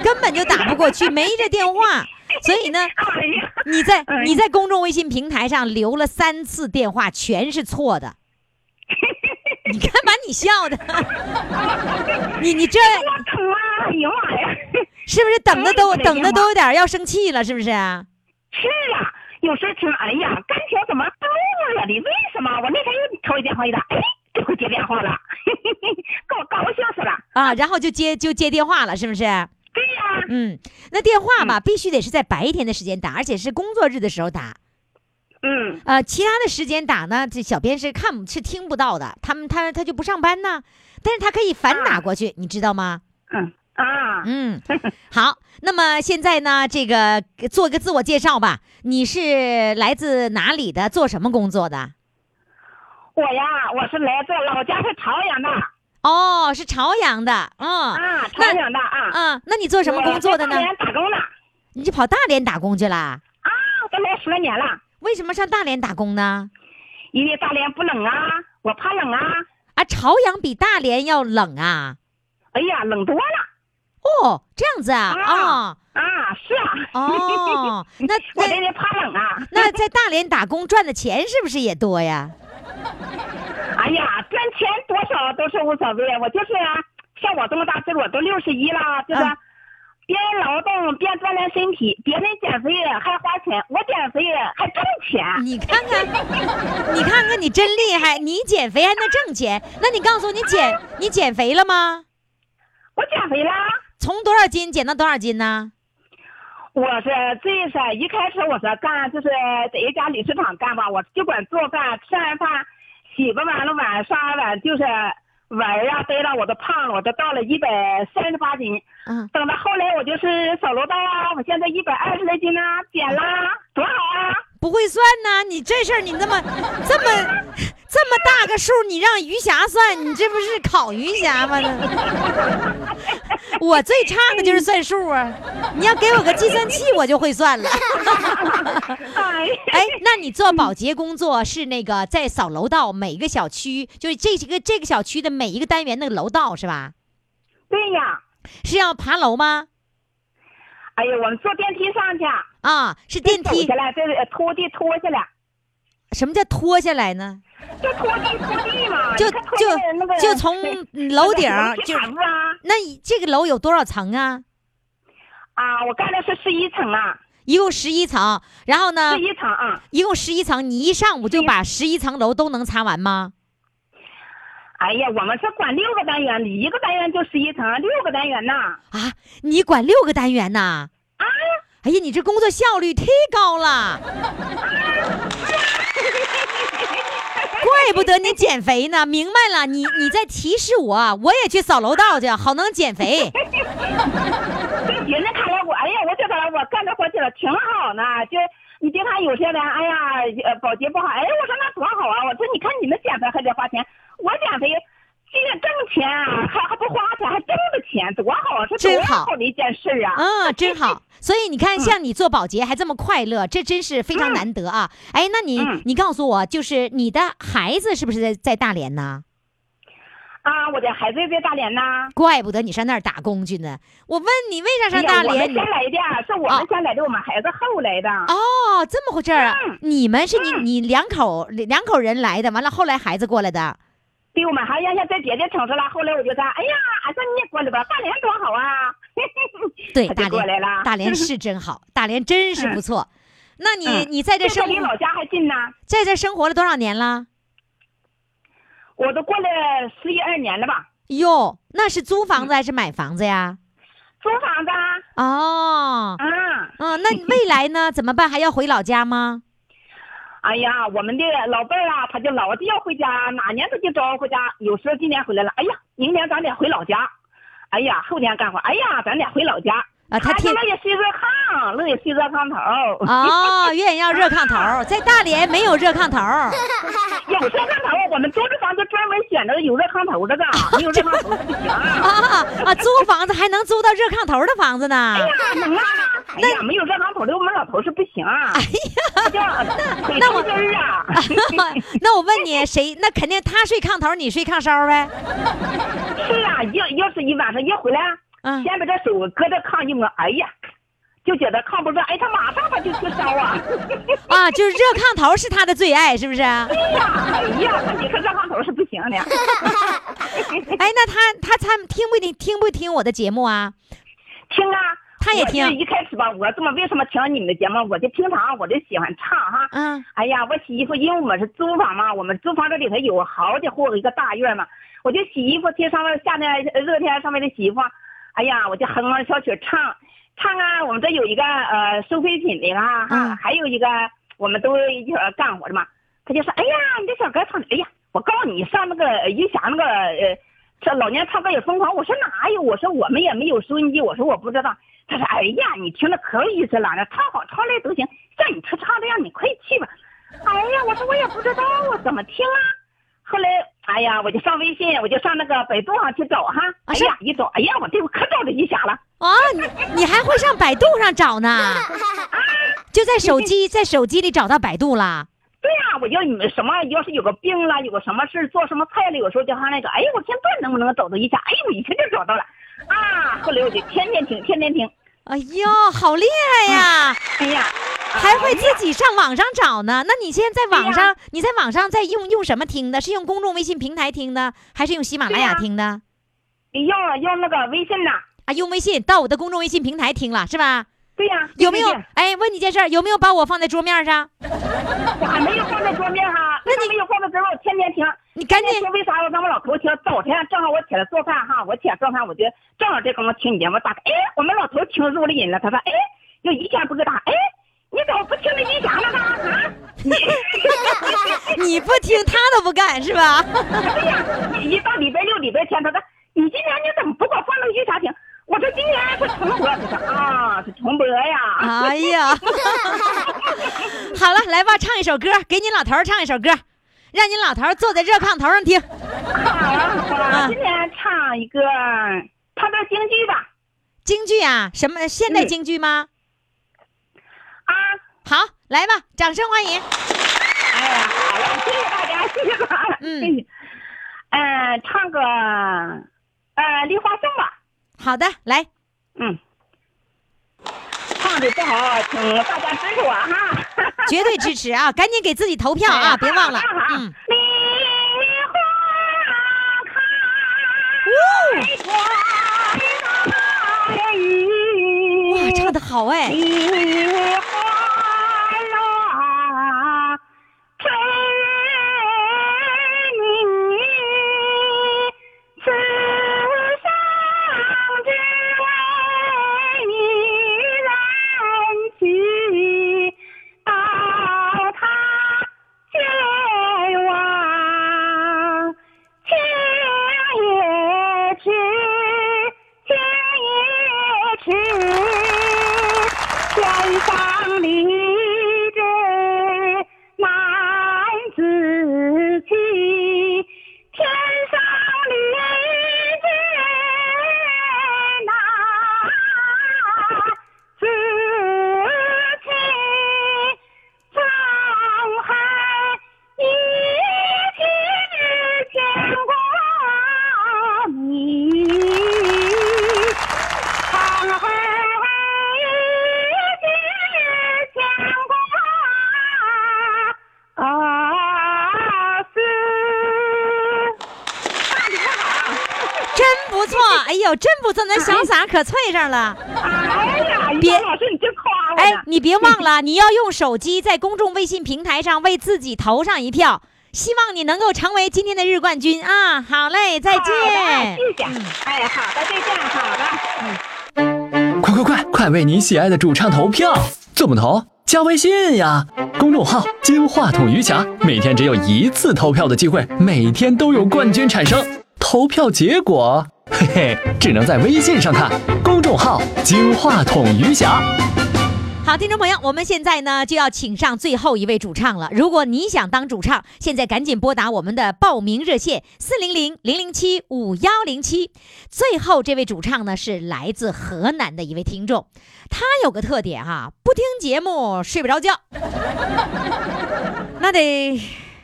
Speaker 1: 根本就打不过去，没这电话。所以呢，
Speaker 2: 哎呀，
Speaker 1: 你在
Speaker 2: 哎
Speaker 1: 你在公众微信平台上留了三次电话，全是错的。你看把你笑的，你你这
Speaker 2: 我疼啊！哎呀妈呀！
Speaker 1: 是不是等的
Speaker 2: 我
Speaker 1: 都
Speaker 2: 也不得
Speaker 1: 等的
Speaker 2: 电话
Speaker 1: 都有点要生气了，是不是？
Speaker 2: 是啊，有时候听，哎呀，感情怎么都了的？为什么？我那天又头一电话一打，哎，这回接电话了， 给我高兴死了。
Speaker 1: 啊，然后就接就接电话了，是不是？
Speaker 2: 对呀、
Speaker 1: 嗯，那电话吧，必须得是在白天的时间打，而且是工作日的时候打。
Speaker 2: 嗯，
Speaker 1: 呃，其他的时间打呢，这小编是看不是听不到的，他们他他就不上班呢，但是他可以反
Speaker 2: 啊
Speaker 1: 打过去，你知道吗？
Speaker 2: 嗯啊，
Speaker 1: 嗯，好，那么现在呢，这个给做一个自我介绍吧，你是来自哪里的，做什么工作的？
Speaker 2: 我呀，我是来自老家是朝阳的
Speaker 1: 哦，是朝阳的，嗯
Speaker 2: 啊，朝
Speaker 1: 那
Speaker 2: 阳的啊。
Speaker 1: 嗯，那你做什么工作的呢
Speaker 2: 我在大？连打工的啊，
Speaker 1: 你就跑大连打工去啦？
Speaker 2: 都来啊十来年了，
Speaker 1: 为什么上大连打工呢？
Speaker 2: 因为大连不冷啊，我怕冷啊。
Speaker 1: 啊，朝阳比大连要冷啊？
Speaker 2: 哎呀，冷多了
Speaker 1: 哦，这样子啊？哦
Speaker 2: 啊啊，是啊。
Speaker 1: 哦，那
Speaker 2: 我
Speaker 1: 那
Speaker 2: 这人怕冷啊！
Speaker 1: 那在大连打工赚的钱是不是也多呀？
Speaker 2: 哎呀，赚钱多少都是无所谓，我就是啊像我这么大岁数，我都六十一了，就是
Speaker 1: 嗯
Speaker 2: 边劳动边锻炼身体，别人减肥还花钱，我减肥还挣钱。
Speaker 1: 你看看，你看看，你真厉害！你减肥还能挣钱？那你告诉我，你减你减肥了吗？
Speaker 2: 我减肥啦！
Speaker 1: 从多少斤减到多少斤呢？
Speaker 2: 我是最是一开始我是干就是在一家理事厂干吧，我就管做饭、吃完饭、洗吧完了碗、刷完碗就是碗儿啊、杯了，我都胖了，我都到了一百三十八斤。
Speaker 1: 嗯，
Speaker 2: 等到后来我就是手楼道啊，我现在一百二十来斤 啦、减啦，多好啊！
Speaker 1: 不会算呢？你这事儿你这么这么这么大个数，你让鱼霞算，你这不是烤鱼霞 吗？我最差的就是算数啊！你要给我个计算器，我就会算了。
Speaker 7: 哎 呀，
Speaker 1: 哎，那你做保洁工作是那个在扫楼道，每一个小区，就是这几个这个小区的每一个单元那个楼道是吧？
Speaker 7: 对呀，
Speaker 1: 是要爬楼吗？
Speaker 7: 哎呀，我们坐电梯上去，
Speaker 1: 啊，是电
Speaker 7: 走
Speaker 1: 梯
Speaker 7: 去。了，这是拖地拖去了，
Speaker 1: 什么叫拖下来呢？
Speaker 7: 就拖地拖地嘛，
Speaker 1: 就
Speaker 7: 你看拖地
Speaker 1: 就
Speaker 7: 那个
Speaker 1: 就从楼顶儿
Speaker 7: 那个
Speaker 1: 就
Speaker 7: 铁板子啊
Speaker 1: 那你这个楼有多少层啊？
Speaker 7: 啊，我干的是十一层啊，
Speaker 1: 一共十一层，然后呢
Speaker 7: 十，一层啊，
Speaker 1: 一共十一层，你一上午就把十一层楼都能擦完吗？
Speaker 7: 哎呀，我们是管六个单元，一个单元就十一层，六个单元呐，
Speaker 1: 啊，你管六个单元呐？
Speaker 7: 啊，
Speaker 1: 哎呀，你这工作效率忒高了，怪不得你减肥呢。明白了，你你在提示我，我也去扫楼道去，好能减 肥。
Speaker 7: 这别人看来我，哎呀，我觉得我干这活去了挺好呢，就。你别看有些人，哎呀，呃，保洁不好，哎，我说那多好啊！我说你看你们减肥还得花钱，我减肥，这个挣钱啊还还不花钱，还挣的钱，多好，啊是
Speaker 1: 真
Speaker 7: 多
Speaker 1: 好
Speaker 7: 好的一件事儿啊！
Speaker 1: 啊，真好。所以你看，像你做保洁还这么快乐，这真是非常难得啊！哎，那你、
Speaker 7: 嗯
Speaker 1: 你告诉我，就是你的孩子是不是在在大连呢？
Speaker 7: 啊，我的孩子在大连呐。
Speaker 1: 怪不得你上那儿打工去呢。我问你为啥上
Speaker 7: 哎呀，
Speaker 1: 大
Speaker 7: 我
Speaker 1: 连？
Speaker 7: 们
Speaker 1: 你
Speaker 7: 先来的，是我
Speaker 1: 啊
Speaker 7: 们先来的，我们孩子后来的。
Speaker 1: 哦，这么回事儿啊！
Speaker 7: 嗯
Speaker 1: 你们是你你两口两口人来的，完了后来孩子过来的。
Speaker 7: 对，我们还原先在别的城市了，后来我就说，哎呀，俺说你也过来吧，大连多好啊！
Speaker 1: 对，
Speaker 7: 他
Speaker 1: 哎大
Speaker 7: 就过
Speaker 1: 连
Speaker 7: 来了。啊
Speaker 1: 大连是真 好，大连真是不错。那你、
Speaker 7: 嗯
Speaker 1: 你在这
Speaker 7: 这
Speaker 1: 生
Speaker 7: 离老家还近呢，
Speaker 1: 在这生活了多少年了？
Speaker 7: 我都过了十一二年了吧。
Speaker 1: 哟，那是租房子还是买房子呀？
Speaker 7: 租房子啊，
Speaker 1: 哦，
Speaker 7: 嗯，
Speaker 1: 嗯，那你未来呢？怎么办？还要回老家吗？
Speaker 7: 哎呀，我们的老伴儿啊，他就老是要回家，哪年他就招回家。有时候今年回来了，哎呀，明年咱得回老家。哎呀，后年干活，哎呀，咱得回老家。
Speaker 1: 啊，他
Speaker 7: 就
Speaker 1: 听
Speaker 7: 乐意睡热炕，乐意睡热炕 头儿。
Speaker 1: 哦，愿意要热炕头 儿，在大连没有热炕头儿， 啊
Speaker 7: 有热炕头儿，我们租的房子专门选择有热炕头儿的，没有热炕头儿不行。
Speaker 1: 啊啊，租房子还能租到热炕头儿的房子呢
Speaker 7: 哎。呀，能啊！哎呀，没有热炕头儿的我们老头儿是不行。哎呀，腿
Speaker 1: 那我
Speaker 7: 抽筋儿啊！
Speaker 1: 那我问你，谁？那肯定他睡炕头儿，你睡炕梢儿呗。
Speaker 7: 是啊，要要是一晚上一回来，
Speaker 1: 嗯
Speaker 7: 先把这手搁这炕一摸，哎呀，就觉得炕不热，哎，他马上他就去烧啊！
Speaker 1: 啊，就是热炕头儿是他的最爱，是不是？哎，
Speaker 7: 哎呀，哎呀，他你看热炕头儿是不行 的。
Speaker 1: 那他他他听不听听不听我的节目啊？
Speaker 7: 听啊，
Speaker 1: 他也听
Speaker 7: 我就一开始吧，我这么为什么听你们的节目？我就平常我就喜欢唱哈。
Speaker 1: 嗯
Speaker 7: 哎呀，我洗衣服，因为我们是租房嘛，我们租房这里头有好几户一个大院嘛，我就洗衣服，贴上面夏天呃热天上面的洗衣服，哎呀，我就哼哼小曲唱，唱啊，我们这有一个呃收废品的啦，哈、
Speaker 1: 嗯
Speaker 7: 还有一个我们都一起儿干活的嘛，他就说，哎呀，你这小歌唱的，哎呀，我告诉你，上那个余霞那个呃。这老年唱歌也疯狂，我说哪有？我说我们也没有收音机，我说我不知道。他说哎呀，你听着可有意思了，那唱好唱赖都行，像你这唱的样，你快去吧。哎呀，我说我也不知道我怎么听啊。后来，哎呀，我就上微信，我就上那个百度上去找哈。
Speaker 1: 啊
Speaker 7: 哎
Speaker 1: 是
Speaker 7: 呀，一找，哎呀，我这我可找着一下了。
Speaker 1: 啊，你你还会上百度上找呢？就在手 机在手机里找到百度啦。
Speaker 7: 对呀、我要你们什么，要是有个病了，有个什么事儿做什么菜了，有时候就哈那个，哎，我天，这能不能找到一下？哎，我一下就找到了。啊，后来我就天天听，天天听。
Speaker 1: 哎呦，好厉害 呀！
Speaker 7: 哎呀，
Speaker 1: 还会自己上网上找呢？那你现在在网
Speaker 7: 对
Speaker 1: 上，你在网上在用用什么听的？是用公众微信平台听的，还是用喜马拉雅
Speaker 7: 对呀
Speaker 1: 听的？
Speaker 7: 要要那个微信呐、
Speaker 1: 啊，用微信到我的公众微信平台听了是吧？
Speaker 7: 对呀、
Speaker 1: 有没有
Speaker 7: 对对？
Speaker 1: 哎，问你件事儿，有没有把我放在桌面上？
Speaker 7: 对我还没有放在桌面哈，
Speaker 1: 那
Speaker 7: 那
Speaker 1: 你
Speaker 7: 没有放在桌面，我天天听。
Speaker 1: 你赶紧
Speaker 7: 天天听为啥？我让我老头听。早晨正好我起来做饭哈，我起来做饭，我就正好这功夫听你节目，打开，哎，我们老头听入了瘾了。他说，哎，就一天不知道，哎，你怎么不听那音响了呢？啊？
Speaker 1: 你不听他都不干是 吧？
Speaker 7: 对呀，一一到礼拜六、礼拜天，他说你今年你怎么不给我放那个音响听？我说今年是重播，他说啊，是重播呀。
Speaker 1: 哎呀，好了，来吧，唱一首歌，给你老头儿唱一首歌。让你老头儿坐在热炕头上听。
Speaker 7: 啊，今天唱一个唱段京剧吧。
Speaker 1: 京剧啊，什么现
Speaker 7: 嗯
Speaker 1: 代京剧吗？
Speaker 7: 啊，
Speaker 1: 好，来吧，掌声欢迎。
Speaker 7: 哎呀，好了，谢谢大家，谢谢大家，
Speaker 1: 嗯
Speaker 7: 谢谢。呃，唱个呃梨花颂吧。
Speaker 1: 好的，来，
Speaker 7: 嗯，唱的不好，请大家支持我哈。
Speaker 1: 绝对支持啊！赶紧给自己投票啊，别 忘了。嗯，
Speaker 7: 梨花开花满园，
Speaker 1: 哇，唱的好哎！
Speaker 7: 梨花落，春泥此生只为人去，到他前往。千也痴，千也痴，天上离枝难自弃，天上离枝难自弃，沧海一日千古迷，沧海一日千古啊思。
Speaker 1: 真不错，哎呦，真不错，那小嗓可脆上了。
Speaker 7: 哎呀，于
Speaker 1: 别
Speaker 7: 老师，你真夸我呢。啊
Speaker 1: 哎，你别忘了，你要用手机在公众微信平台上为自己投上一票。希望你能够成为今天的日冠军啊！好嘞，再
Speaker 7: 好的
Speaker 1: 见。嗯
Speaker 7: 谢谢。哎，好的，再见，好的。
Speaker 3: 快快快，快为你喜爱的主唱投票！怎么投？加微信呀，公众号“金话筒余霞”，每天只有一次投票的机会，每天都有冠军产生。投票结果，嘿嘿，只能在微信上看。公众号“金话筒余霞”。
Speaker 1: 好，听众朋友，我们现在呢就要请上最后一位主唱了。如果你想当主唱，现在赶紧拨打我们的报名热线四零零零零七五幺零七。最后这位主唱呢是来自河南的一位听众，他有个特点哈、啊不听节目睡不着觉， 那得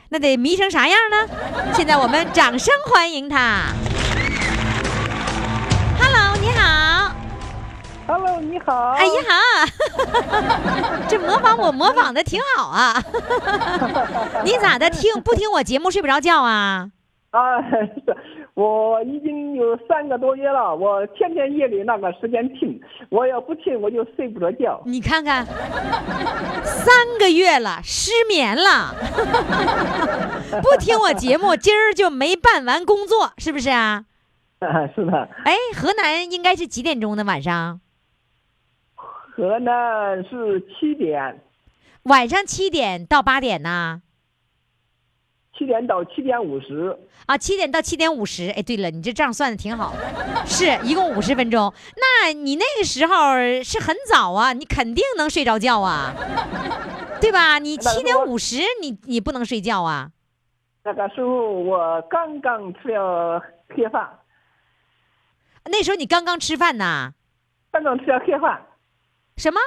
Speaker 1: 那得迷成啥样呢？现在我们掌声欢迎他。Hello，你好。
Speaker 7: Hello，你好。
Speaker 1: 哎 呀，这模仿我模仿的挺好啊！你咋的？听不听我节目睡不着觉啊？
Speaker 8: 啊，是我已经有三个多月了，我天天夜里那个时间听，我要不听我就睡不着觉。
Speaker 1: 你看看，三个月了，失眠 了，不听我节目，今儿就没办完工作，是不是啊？
Speaker 8: 啊， 是的，
Speaker 1: 哎，河南应该是几点钟呢？晚上？
Speaker 8: 河南是七点，
Speaker 1: 晚上七点到八点呐、
Speaker 8: 七点到七点五十。
Speaker 1: 啊，七点到七点五十。哎，对了，你这账算的挺好，是一共五十分钟。那你那个时候是很早啊，你肯定能睡着觉啊，对吧？你
Speaker 8: 那
Speaker 1: 七点
Speaker 8: 我
Speaker 1: 五十，你你不能睡觉啊？
Speaker 8: 那个时候我刚刚吃了黑饭，
Speaker 1: 那时候你刚刚吃饭呐？
Speaker 8: 刚刚吃了黑饭，
Speaker 1: 什么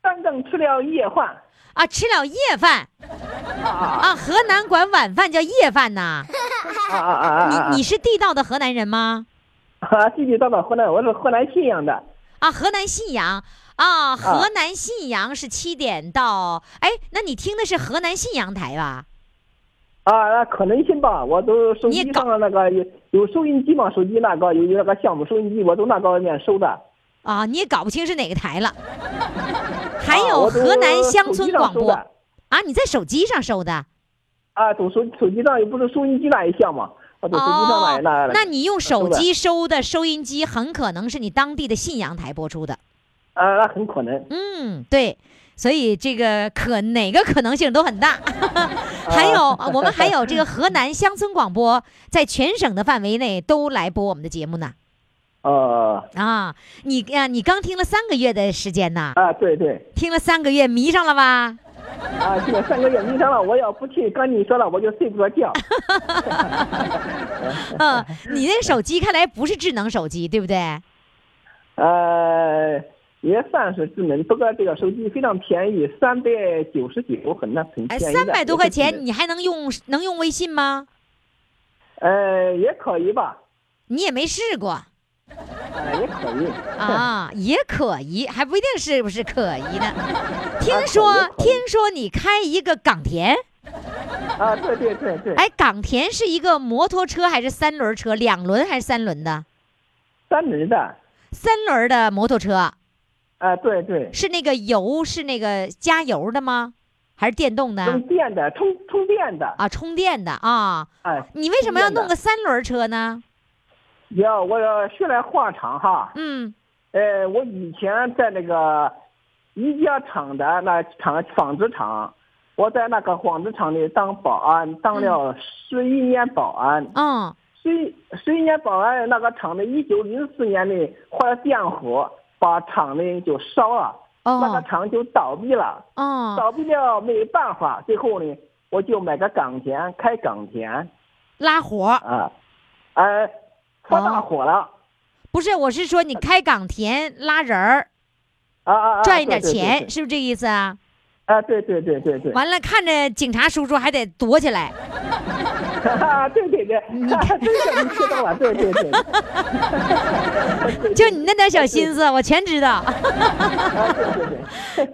Speaker 8: 刚刚吃了夜饭。
Speaker 1: 啊？吃了夜饭？啊，河南管晚饭叫夜饭呐？
Speaker 8: 啊啊啊啊啊！
Speaker 1: 你你是地道的河南人吗？
Speaker 8: 啊，地地道道河南，我是河南信阳的。
Speaker 1: 啊，河南信阳啊，河南信阳是七点到，哎，那你听的是河南信阳台吧？
Speaker 8: 啊，那可能性吧，我都手
Speaker 1: 你
Speaker 8: 机
Speaker 1: 搞
Speaker 8: 上了那个有有收音机嘛，手机那个有有那个项目收音机，我都那个里面收的。
Speaker 1: 啊，你也搞不清是哪个台 了。还
Speaker 8: 啊
Speaker 1: 有
Speaker 8: 我都
Speaker 1: 河南乡
Speaker 8: 手
Speaker 1: 村
Speaker 8: 机上
Speaker 1: 广
Speaker 8: 收
Speaker 1: 播
Speaker 8: 的
Speaker 1: 啊，你在手机上收的
Speaker 8: 啊，都手手机上又不是收音机那一项嘛，我都手机上那那
Speaker 1: 哦那你用手
Speaker 8: 收的
Speaker 1: 机收的收音机，很可能是你当地的信阳台播出的。
Speaker 8: 啊，那很可能。
Speaker 1: 嗯，对，所以这个可哪个可能性都很大。 还有、
Speaker 8: 啊
Speaker 1: 我们还有这个河 南乡村广播，在全省的范围内都来播我们的节目呢。
Speaker 8: 呃
Speaker 1: 啊，你啊，你刚听了三个月的时间呐，
Speaker 8: 啊，对对
Speaker 1: 听了三个月迷上了吧？
Speaker 8: 啊，这个三哥也迷上了，我要不去跟你说了，我就睡不着觉。
Speaker 1: 嗯，你那手机看来不是智能手机，对不
Speaker 8: 嗯
Speaker 1: 对？
Speaker 8: 呃，也算是智能，不过这个手机非常便宜，三百九十九，很那很
Speaker 1: 哎，
Speaker 8: 便宜的。
Speaker 1: 三百多块
Speaker 8: 也是智
Speaker 1: 钱
Speaker 8: 能，
Speaker 1: 你还能用能用微信吗？
Speaker 8: 呃，也可以吧，
Speaker 1: 你也没试 过
Speaker 8: 呃，也可以。
Speaker 1: 啊，也可疑，还不一定是不是可疑 呢。听
Speaker 8: 也
Speaker 1: 说
Speaker 8: 可疑
Speaker 1: 听说你开一个港田，
Speaker 8: 啊，对对对对，
Speaker 1: 哎，港田是一个摩托车还是三轮车？两轮还是三轮的？
Speaker 8: 三轮的，
Speaker 1: 三轮的摩托车
Speaker 8: 啊，对对，
Speaker 1: 是那个油是那个加油的吗？还是电动
Speaker 8: 充
Speaker 1: 的
Speaker 8: 电的，充充电的，
Speaker 1: 啊？充电的啊？
Speaker 8: 哎，
Speaker 1: 你为什么要弄个
Speaker 8: 个？
Speaker 1: 三轮车呢？
Speaker 8: 要我要学来话长哈，
Speaker 1: 嗯
Speaker 8: 呃，我以前在那个宜家厂的那厂纺织厂，我在那个纺织厂里当保安，当了十一年保安。
Speaker 1: 嗯，
Speaker 8: 十一十一年保安那个厂呢，一九零四年呢发了电火，把厂呢就烧了，那个
Speaker 1: 哦
Speaker 8: 厂就倒闭了。
Speaker 1: 哦，
Speaker 8: 倒闭了没办法，最后呢，我就买个港田，开港田
Speaker 1: 拉活儿
Speaker 8: 啊，呃，发
Speaker 1: 哦
Speaker 8: 大火了。
Speaker 1: 不是，我是说你开港田拉人儿，
Speaker 8: 啊啊啊！
Speaker 1: 赚一点
Speaker 8: 对对对
Speaker 1: 钱，
Speaker 8: 对
Speaker 1: 是不是这个意思啊？
Speaker 8: 啊，对对对对对，
Speaker 1: 完了，看着警察叔叔还得躲起来，
Speaker 8: 啊，对对对，
Speaker 1: 你
Speaker 8: 啊这个你知道了，对对对，
Speaker 1: 就你那点小心思，我全知道。
Speaker 8: 啊，对对对，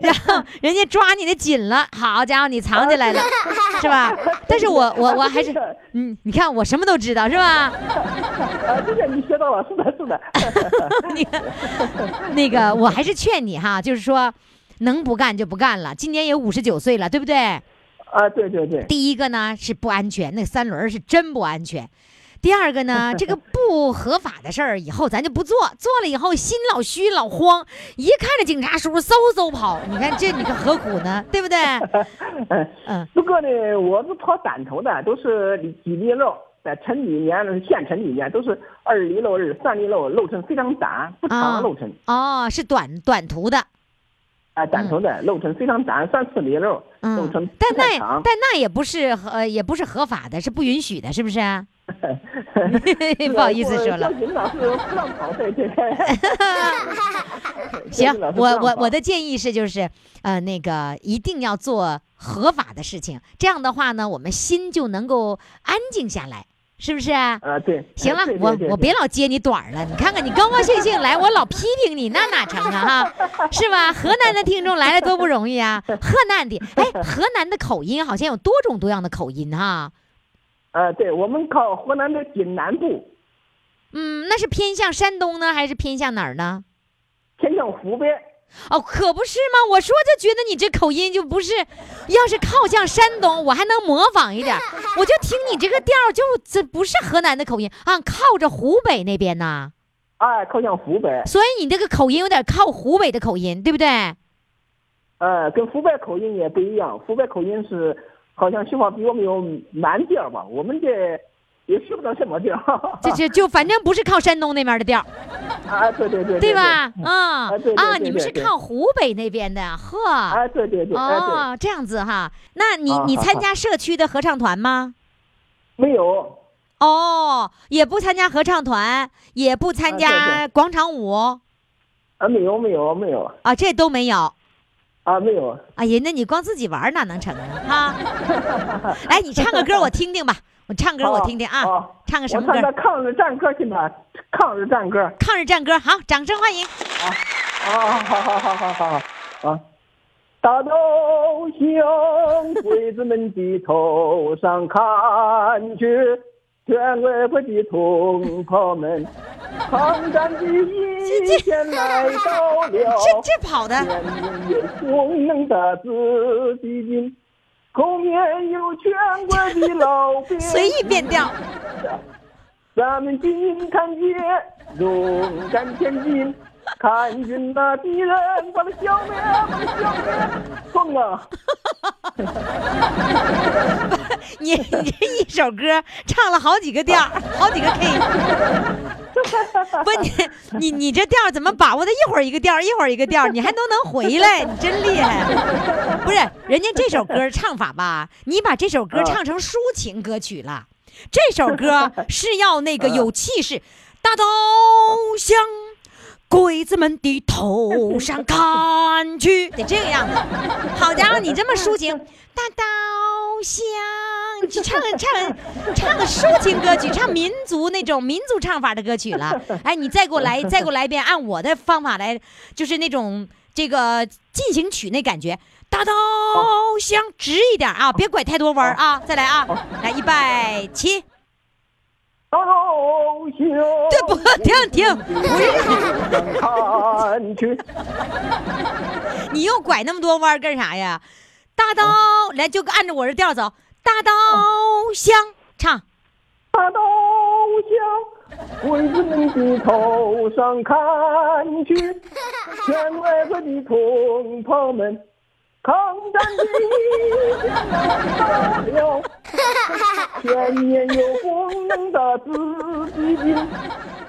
Speaker 1: 然后人家抓你的紧了，好家伙，你藏起来了，是吧？但是我我我还是
Speaker 8: 这个，
Speaker 1: 嗯，你看我什么都知道，是吧？
Speaker 8: 啊，这个你学到了，是的，是的，
Speaker 1: 你看，那个我还是劝你哈，就是说，能不干就不干了。今年也五十九岁了，对不对？
Speaker 8: 啊，对对对，
Speaker 1: 第一个呢是不安全，那三轮儿是真不安全。第二个 呢，这个不合法的事儿以后咱就不做，做了以后心老虚老慌，一看着警察叔叔嗖嗖跑，你看这你可何苦 呢？对不对？嗯，
Speaker 8: 不过呢，我是跑短途的，都是里几里路，在城里面、县城里面都是二里路、二三里路，路程非常短，不长
Speaker 1: 啊
Speaker 8: 的路程，
Speaker 1: 哦，是短短途的，
Speaker 8: 啊，短途的路程非常短，三四里路，路
Speaker 1: 嗯
Speaker 8: 程，不
Speaker 1: 但那
Speaker 8: 太
Speaker 1: 也
Speaker 8: 长
Speaker 1: 但，那也不是合呃也不是合法的，是不允许的，是不是 啊？ 不好意思说了
Speaker 8: 交。警老师不让跑，对对。
Speaker 1: 行
Speaker 8: 对老，师
Speaker 1: 我
Speaker 8: 不让
Speaker 1: 我
Speaker 8: 跑
Speaker 1: 我的建议是，就是呃，那个一定要做合法的事情，这样的话呢，我们心就能够安静下来，是不是啊、
Speaker 8: 啊，对，
Speaker 1: 行了
Speaker 8: 对，对
Speaker 1: 我
Speaker 8: 对
Speaker 1: 我
Speaker 8: 对
Speaker 1: 别老揭你短儿了，你看看你高高兴兴来，我老批评你，那哪成啊哈，是吧？河南的听众来了多不容易啊，河南的，哎，河南的口音好像有多种多样的口音哈，
Speaker 8: 呃，对，我们靠河南的锦南部，
Speaker 1: 嗯，那是偏向山东呢，还是偏向哪儿呢？
Speaker 8: 偏向湖北。
Speaker 1: 哦，可不是吗？我说就觉得你这口音就不是，要是靠向山东，我还能模仿一点儿。我就听你这个调儿，就这不是河南的口音啊，靠着湖北那边呐。
Speaker 8: 啊，靠向湖北，
Speaker 1: 所以你这个口音有点靠湖北的口音，对不对？
Speaker 8: 呃，跟湖北口音也不一样。湖北口音是好像说话比我们有南调吧，我们这也说不到什么调。
Speaker 1: 就就就反正不是靠山东那边的调儿，
Speaker 8: 啊，对对对，
Speaker 1: 对？吧？啊
Speaker 8: 对对
Speaker 1: 啊，
Speaker 8: 对
Speaker 1: 你们是
Speaker 8: 对对
Speaker 1: 靠湖北那边的，呵，
Speaker 8: 啊，对对对，哎、对，
Speaker 1: 哦，这样子哈。那你
Speaker 8: 啊
Speaker 1: 你
Speaker 8: 好
Speaker 1: 参
Speaker 8: 好
Speaker 1: 加社区的合唱团吗？
Speaker 8: 没有，
Speaker 1: 哦，也不参加合唱团，也不参
Speaker 8: 啊
Speaker 1: 加
Speaker 8: 对
Speaker 1: 广场舞啊
Speaker 8: 啊，没有，没有，没有，
Speaker 1: 这都没有。
Speaker 8: 啊，没有，
Speaker 1: 哎呀，那你光自己玩儿哪能成啊？哈， 来，你唱个歌我听听吧，我唱歌我听听啊，
Speaker 8: 哦
Speaker 1: 唱个什
Speaker 8: 我
Speaker 1: 么
Speaker 8: 唱
Speaker 1: 歌
Speaker 8: 个？抗日战歌去吧，抗日战歌。
Speaker 1: 抗日战歌，好，掌声欢迎。
Speaker 8: 哦啊，好好好好好好啊！大刀向鬼子们的头上砍去，全外国的同胞们，抗战的一天来到
Speaker 1: 这
Speaker 8: 了，
Speaker 1: 这跑的，
Speaker 8: 人民有功能的子弟兵，后面有全国的老兵。
Speaker 1: 随意变调。
Speaker 8: 咱们金看街，勇敢前进，看见那敌人，把他消灭，把他消灭，冲啊！
Speaker 1: 你你这一首歌唱了好几个调儿，好几个 K，不，你你你这调儿怎么把握的？一会儿一个调儿，一会儿一个调儿，你还都能回来，你真厉害。不是，人家这首歌唱法吧，你把这首歌唱成抒情歌曲了。这首歌是要那个有气势，大刀向鬼子们的头上砍去，得这个样子。好家伙，你这么抒情，大刀向，你去唱个唱个唱个抒情歌曲，唱民族那种民族唱法的歌曲 了。哎，你再给我来，再给我来一遍，按我的方法来，就是那种这个进行曲那感觉。大刀向直一点啊，别拐太多弯儿啊！再来啊，来一百七，
Speaker 8: 刀向
Speaker 1: 对不？停停，
Speaker 8: 看去，
Speaker 1: 你又拐那么多弯儿干啥呀？大刀来就按着我这调走，大刀向唱，
Speaker 8: 大刀向鬼子们的头上砍去，全外国的同胞们，抗战的一天来到了，前面有攻打子弟兵，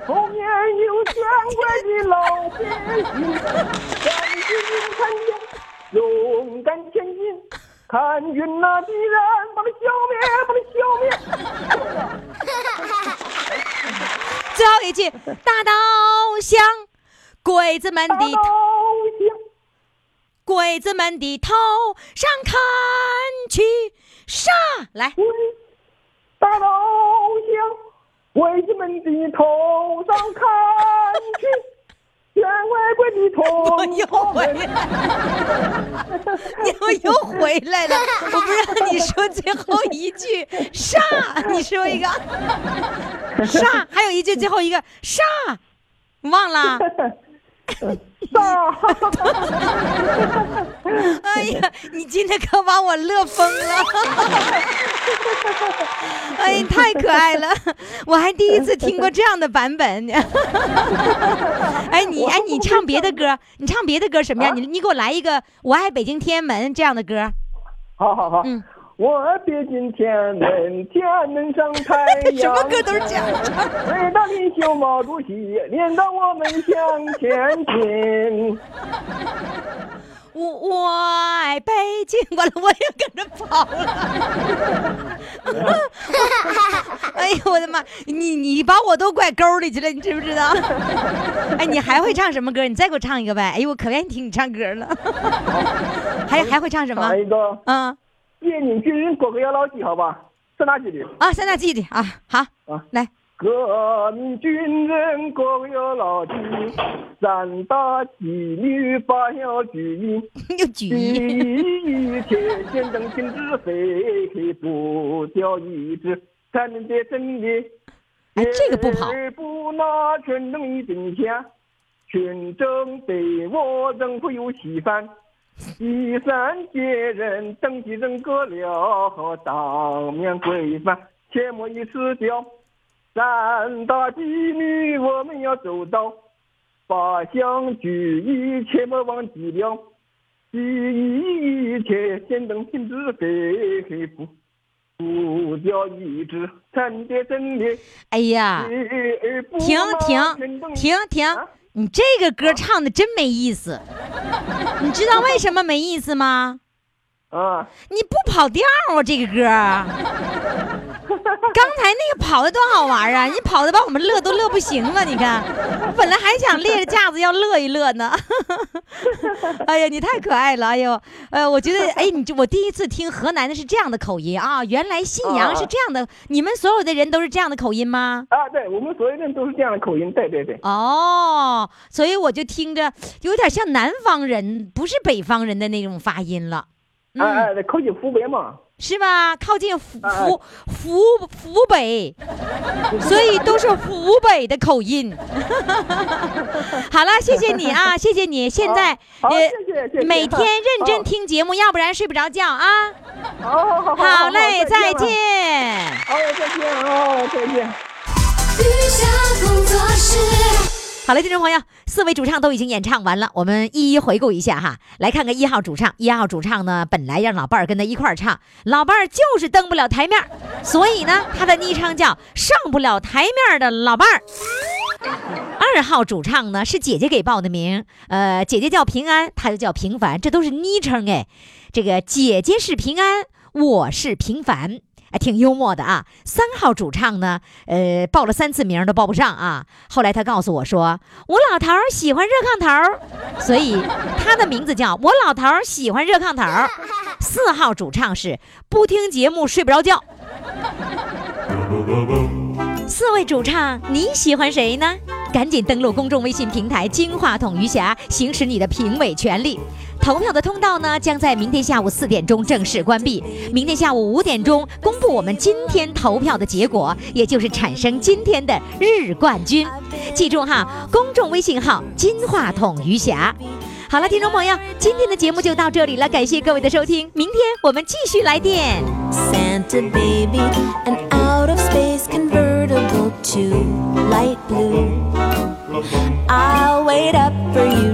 Speaker 8: 后面有全国的老百姓，战士们看见。勇敢前进，看云那敌人，把他消灭，把他消灭。
Speaker 1: 最后一句，大刀向鬼子们
Speaker 8: 大刀
Speaker 1: 的
Speaker 8: 向
Speaker 1: 鬼子们的头上砍去，杀来。
Speaker 8: 鬼，大刀向鬼子们的头上砍去，全外国的
Speaker 1: 我
Speaker 8: 同
Speaker 1: 又
Speaker 8: 胞
Speaker 1: 回
Speaker 8: 们
Speaker 1: 来了，你怎么又回来了？我不让你说最后一句“杀”，你说一个“杀”，还有一句最后一个“杀”，忘了。
Speaker 8: 上。
Speaker 1: 哎呀，你今天可把我乐疯了！ 哎呀，太可爱了，我还第一次听过这样的版本。 哎，你哎，你唱别的歌，你唱别的歌什么样？你你给我来一个《我爱北京天安门》这样的歌。
Speaker 8: 好好好，
Speaker 1: 嗯
Speaker 8: 我别进天安门，天安门上太阳。
Speaker 1: 什么歌都是这样 唱。
Speaker 8: 伟哎大领袖毛主席领导我们向前进。
Speaker 1: 我我爱北京，完了我也跟着跑了。哎呦我的妈！你你把我都拐沟里去了，你知不知道？ 哎，你还会唱什么歌？你再给我唱一个呗。哎呦，我可愿意听你唱歌了。 还还会唱 什么
Speaker 8: 唱？一个
Speaker 1: 嗯
Speaker 8: 列宁军人国歌要牢记，好吧？是哪几句？
Speaker 1: 啊，三大记的啊，好
Speaker 8: 啊，
Speaker 1: 来，
Speaker 8: 革命军人国歌要牢记，三大纪律八条举一。
Speaker 1: 又举
Speaker 8: 第
Speaker 1: 一。
Speaker 8: 一天，先正停止飞，不掉一支，才能别真理。
Speaker 1: 哎，这个不跑。
Speaker 8: 不拿群众一真相，群众对我仍会有喜欢。第三届人登记人格了，当面规范，切莫一失掉。三大纪律我们要走到，八项举一切莫忘记了。第一切先登停止飞，不不掉一支，参别真理。
Speaker 1: 哎呀，停
Speaker 8: 停
Speaker 1: 停停停
Speaker 8: 啊！
Speaker 1: 你这个歌唱的真没意思，你知道为什么没意思吗？
Speaker 8: 啊！
Speaker 1: 你不跑调啊，这个歌 儿。刚才那个跑的多好玩啊！你跑的把我们乐都乐不行了，你看，本来还想列着架子要乐一乐呢。 哎呀，你太可爱了！哎呦，呃，我觉得，哎，你这我第一次听河南的是这样的口音啊，原来信
Speaker 8: 哦
Speaker 1: 阳是这样的，你们所有的人都是这样的口音吗？
Speaker 8: 啊，对，我们所有人都是这样的口音，对对啊对，
Speaker 1: 哦，所以我就听着有点像南方人，不是北方人的那种发音了。嗯。
Speaker 8: 啊啊，口音湖北嘛，
Speaker 1: 是吧？靠近湖
Speaker 8: 啊啊
Speaker 1: 湖湖湖北，所以都是湖北的口 音。好了，谢谢你啊，谢谢你。现在呃
Speaker 8: 好谢谢谢谢
Speaker 1: 每天认真
Speaker 8: 好
Speaker 1: 听节目，要不然睡不着觉啊。
Speaker 8: 好好好
Speaker 1: 好嘞，再
Speaker 8: 再见了，
Speaker 1: 见。
Speaker 8: 好再见哦，再见。
Speaker 4: 雨下工作室。
Speaker 1: 好了，听众朋友，四位主唱都已经演唱完了，我们一一回顾一下哈。来看看一号主唱，一号主唱呢，本来让老伴儿跟他一块儿唱，老伴儿就是登不了台面儿，所以呢，他的昵称叫“上不了台面儿的老伴儿”。二号主唱呢是姐姐给报的名，呃，姐姐叫平安，他就叫平凡，这都是昵称哎。这个姐姐是平安，我是平凡，哎，挺幽默的啊。三号主唱呢，呃，报了三次名都报不上啊。后来他告诉我说，我老头儿喜欢热炕头儿，所以他的名字叫我老头儿喜欢热炕头儿。四号主唱是不听节目睡不着觉。四位主唱，你喜欢谁呢？赶紧登录公众微信平台“金话筒余霞”，行使你的评委权利。投票的通道呢，将在明天下午四点钟正式关闭。明天下午五点钟公布我们今天投票的结果，也就是产生今天的日冠军。记住哈，公众微信号“金话筒余霞”。好了，听众朋友，今天的节目就到这里了，感谢各位的收听，明天我们继续来电。
Speaker 4: Santa baby, an out of space convertible to light blue. I'll wait up for you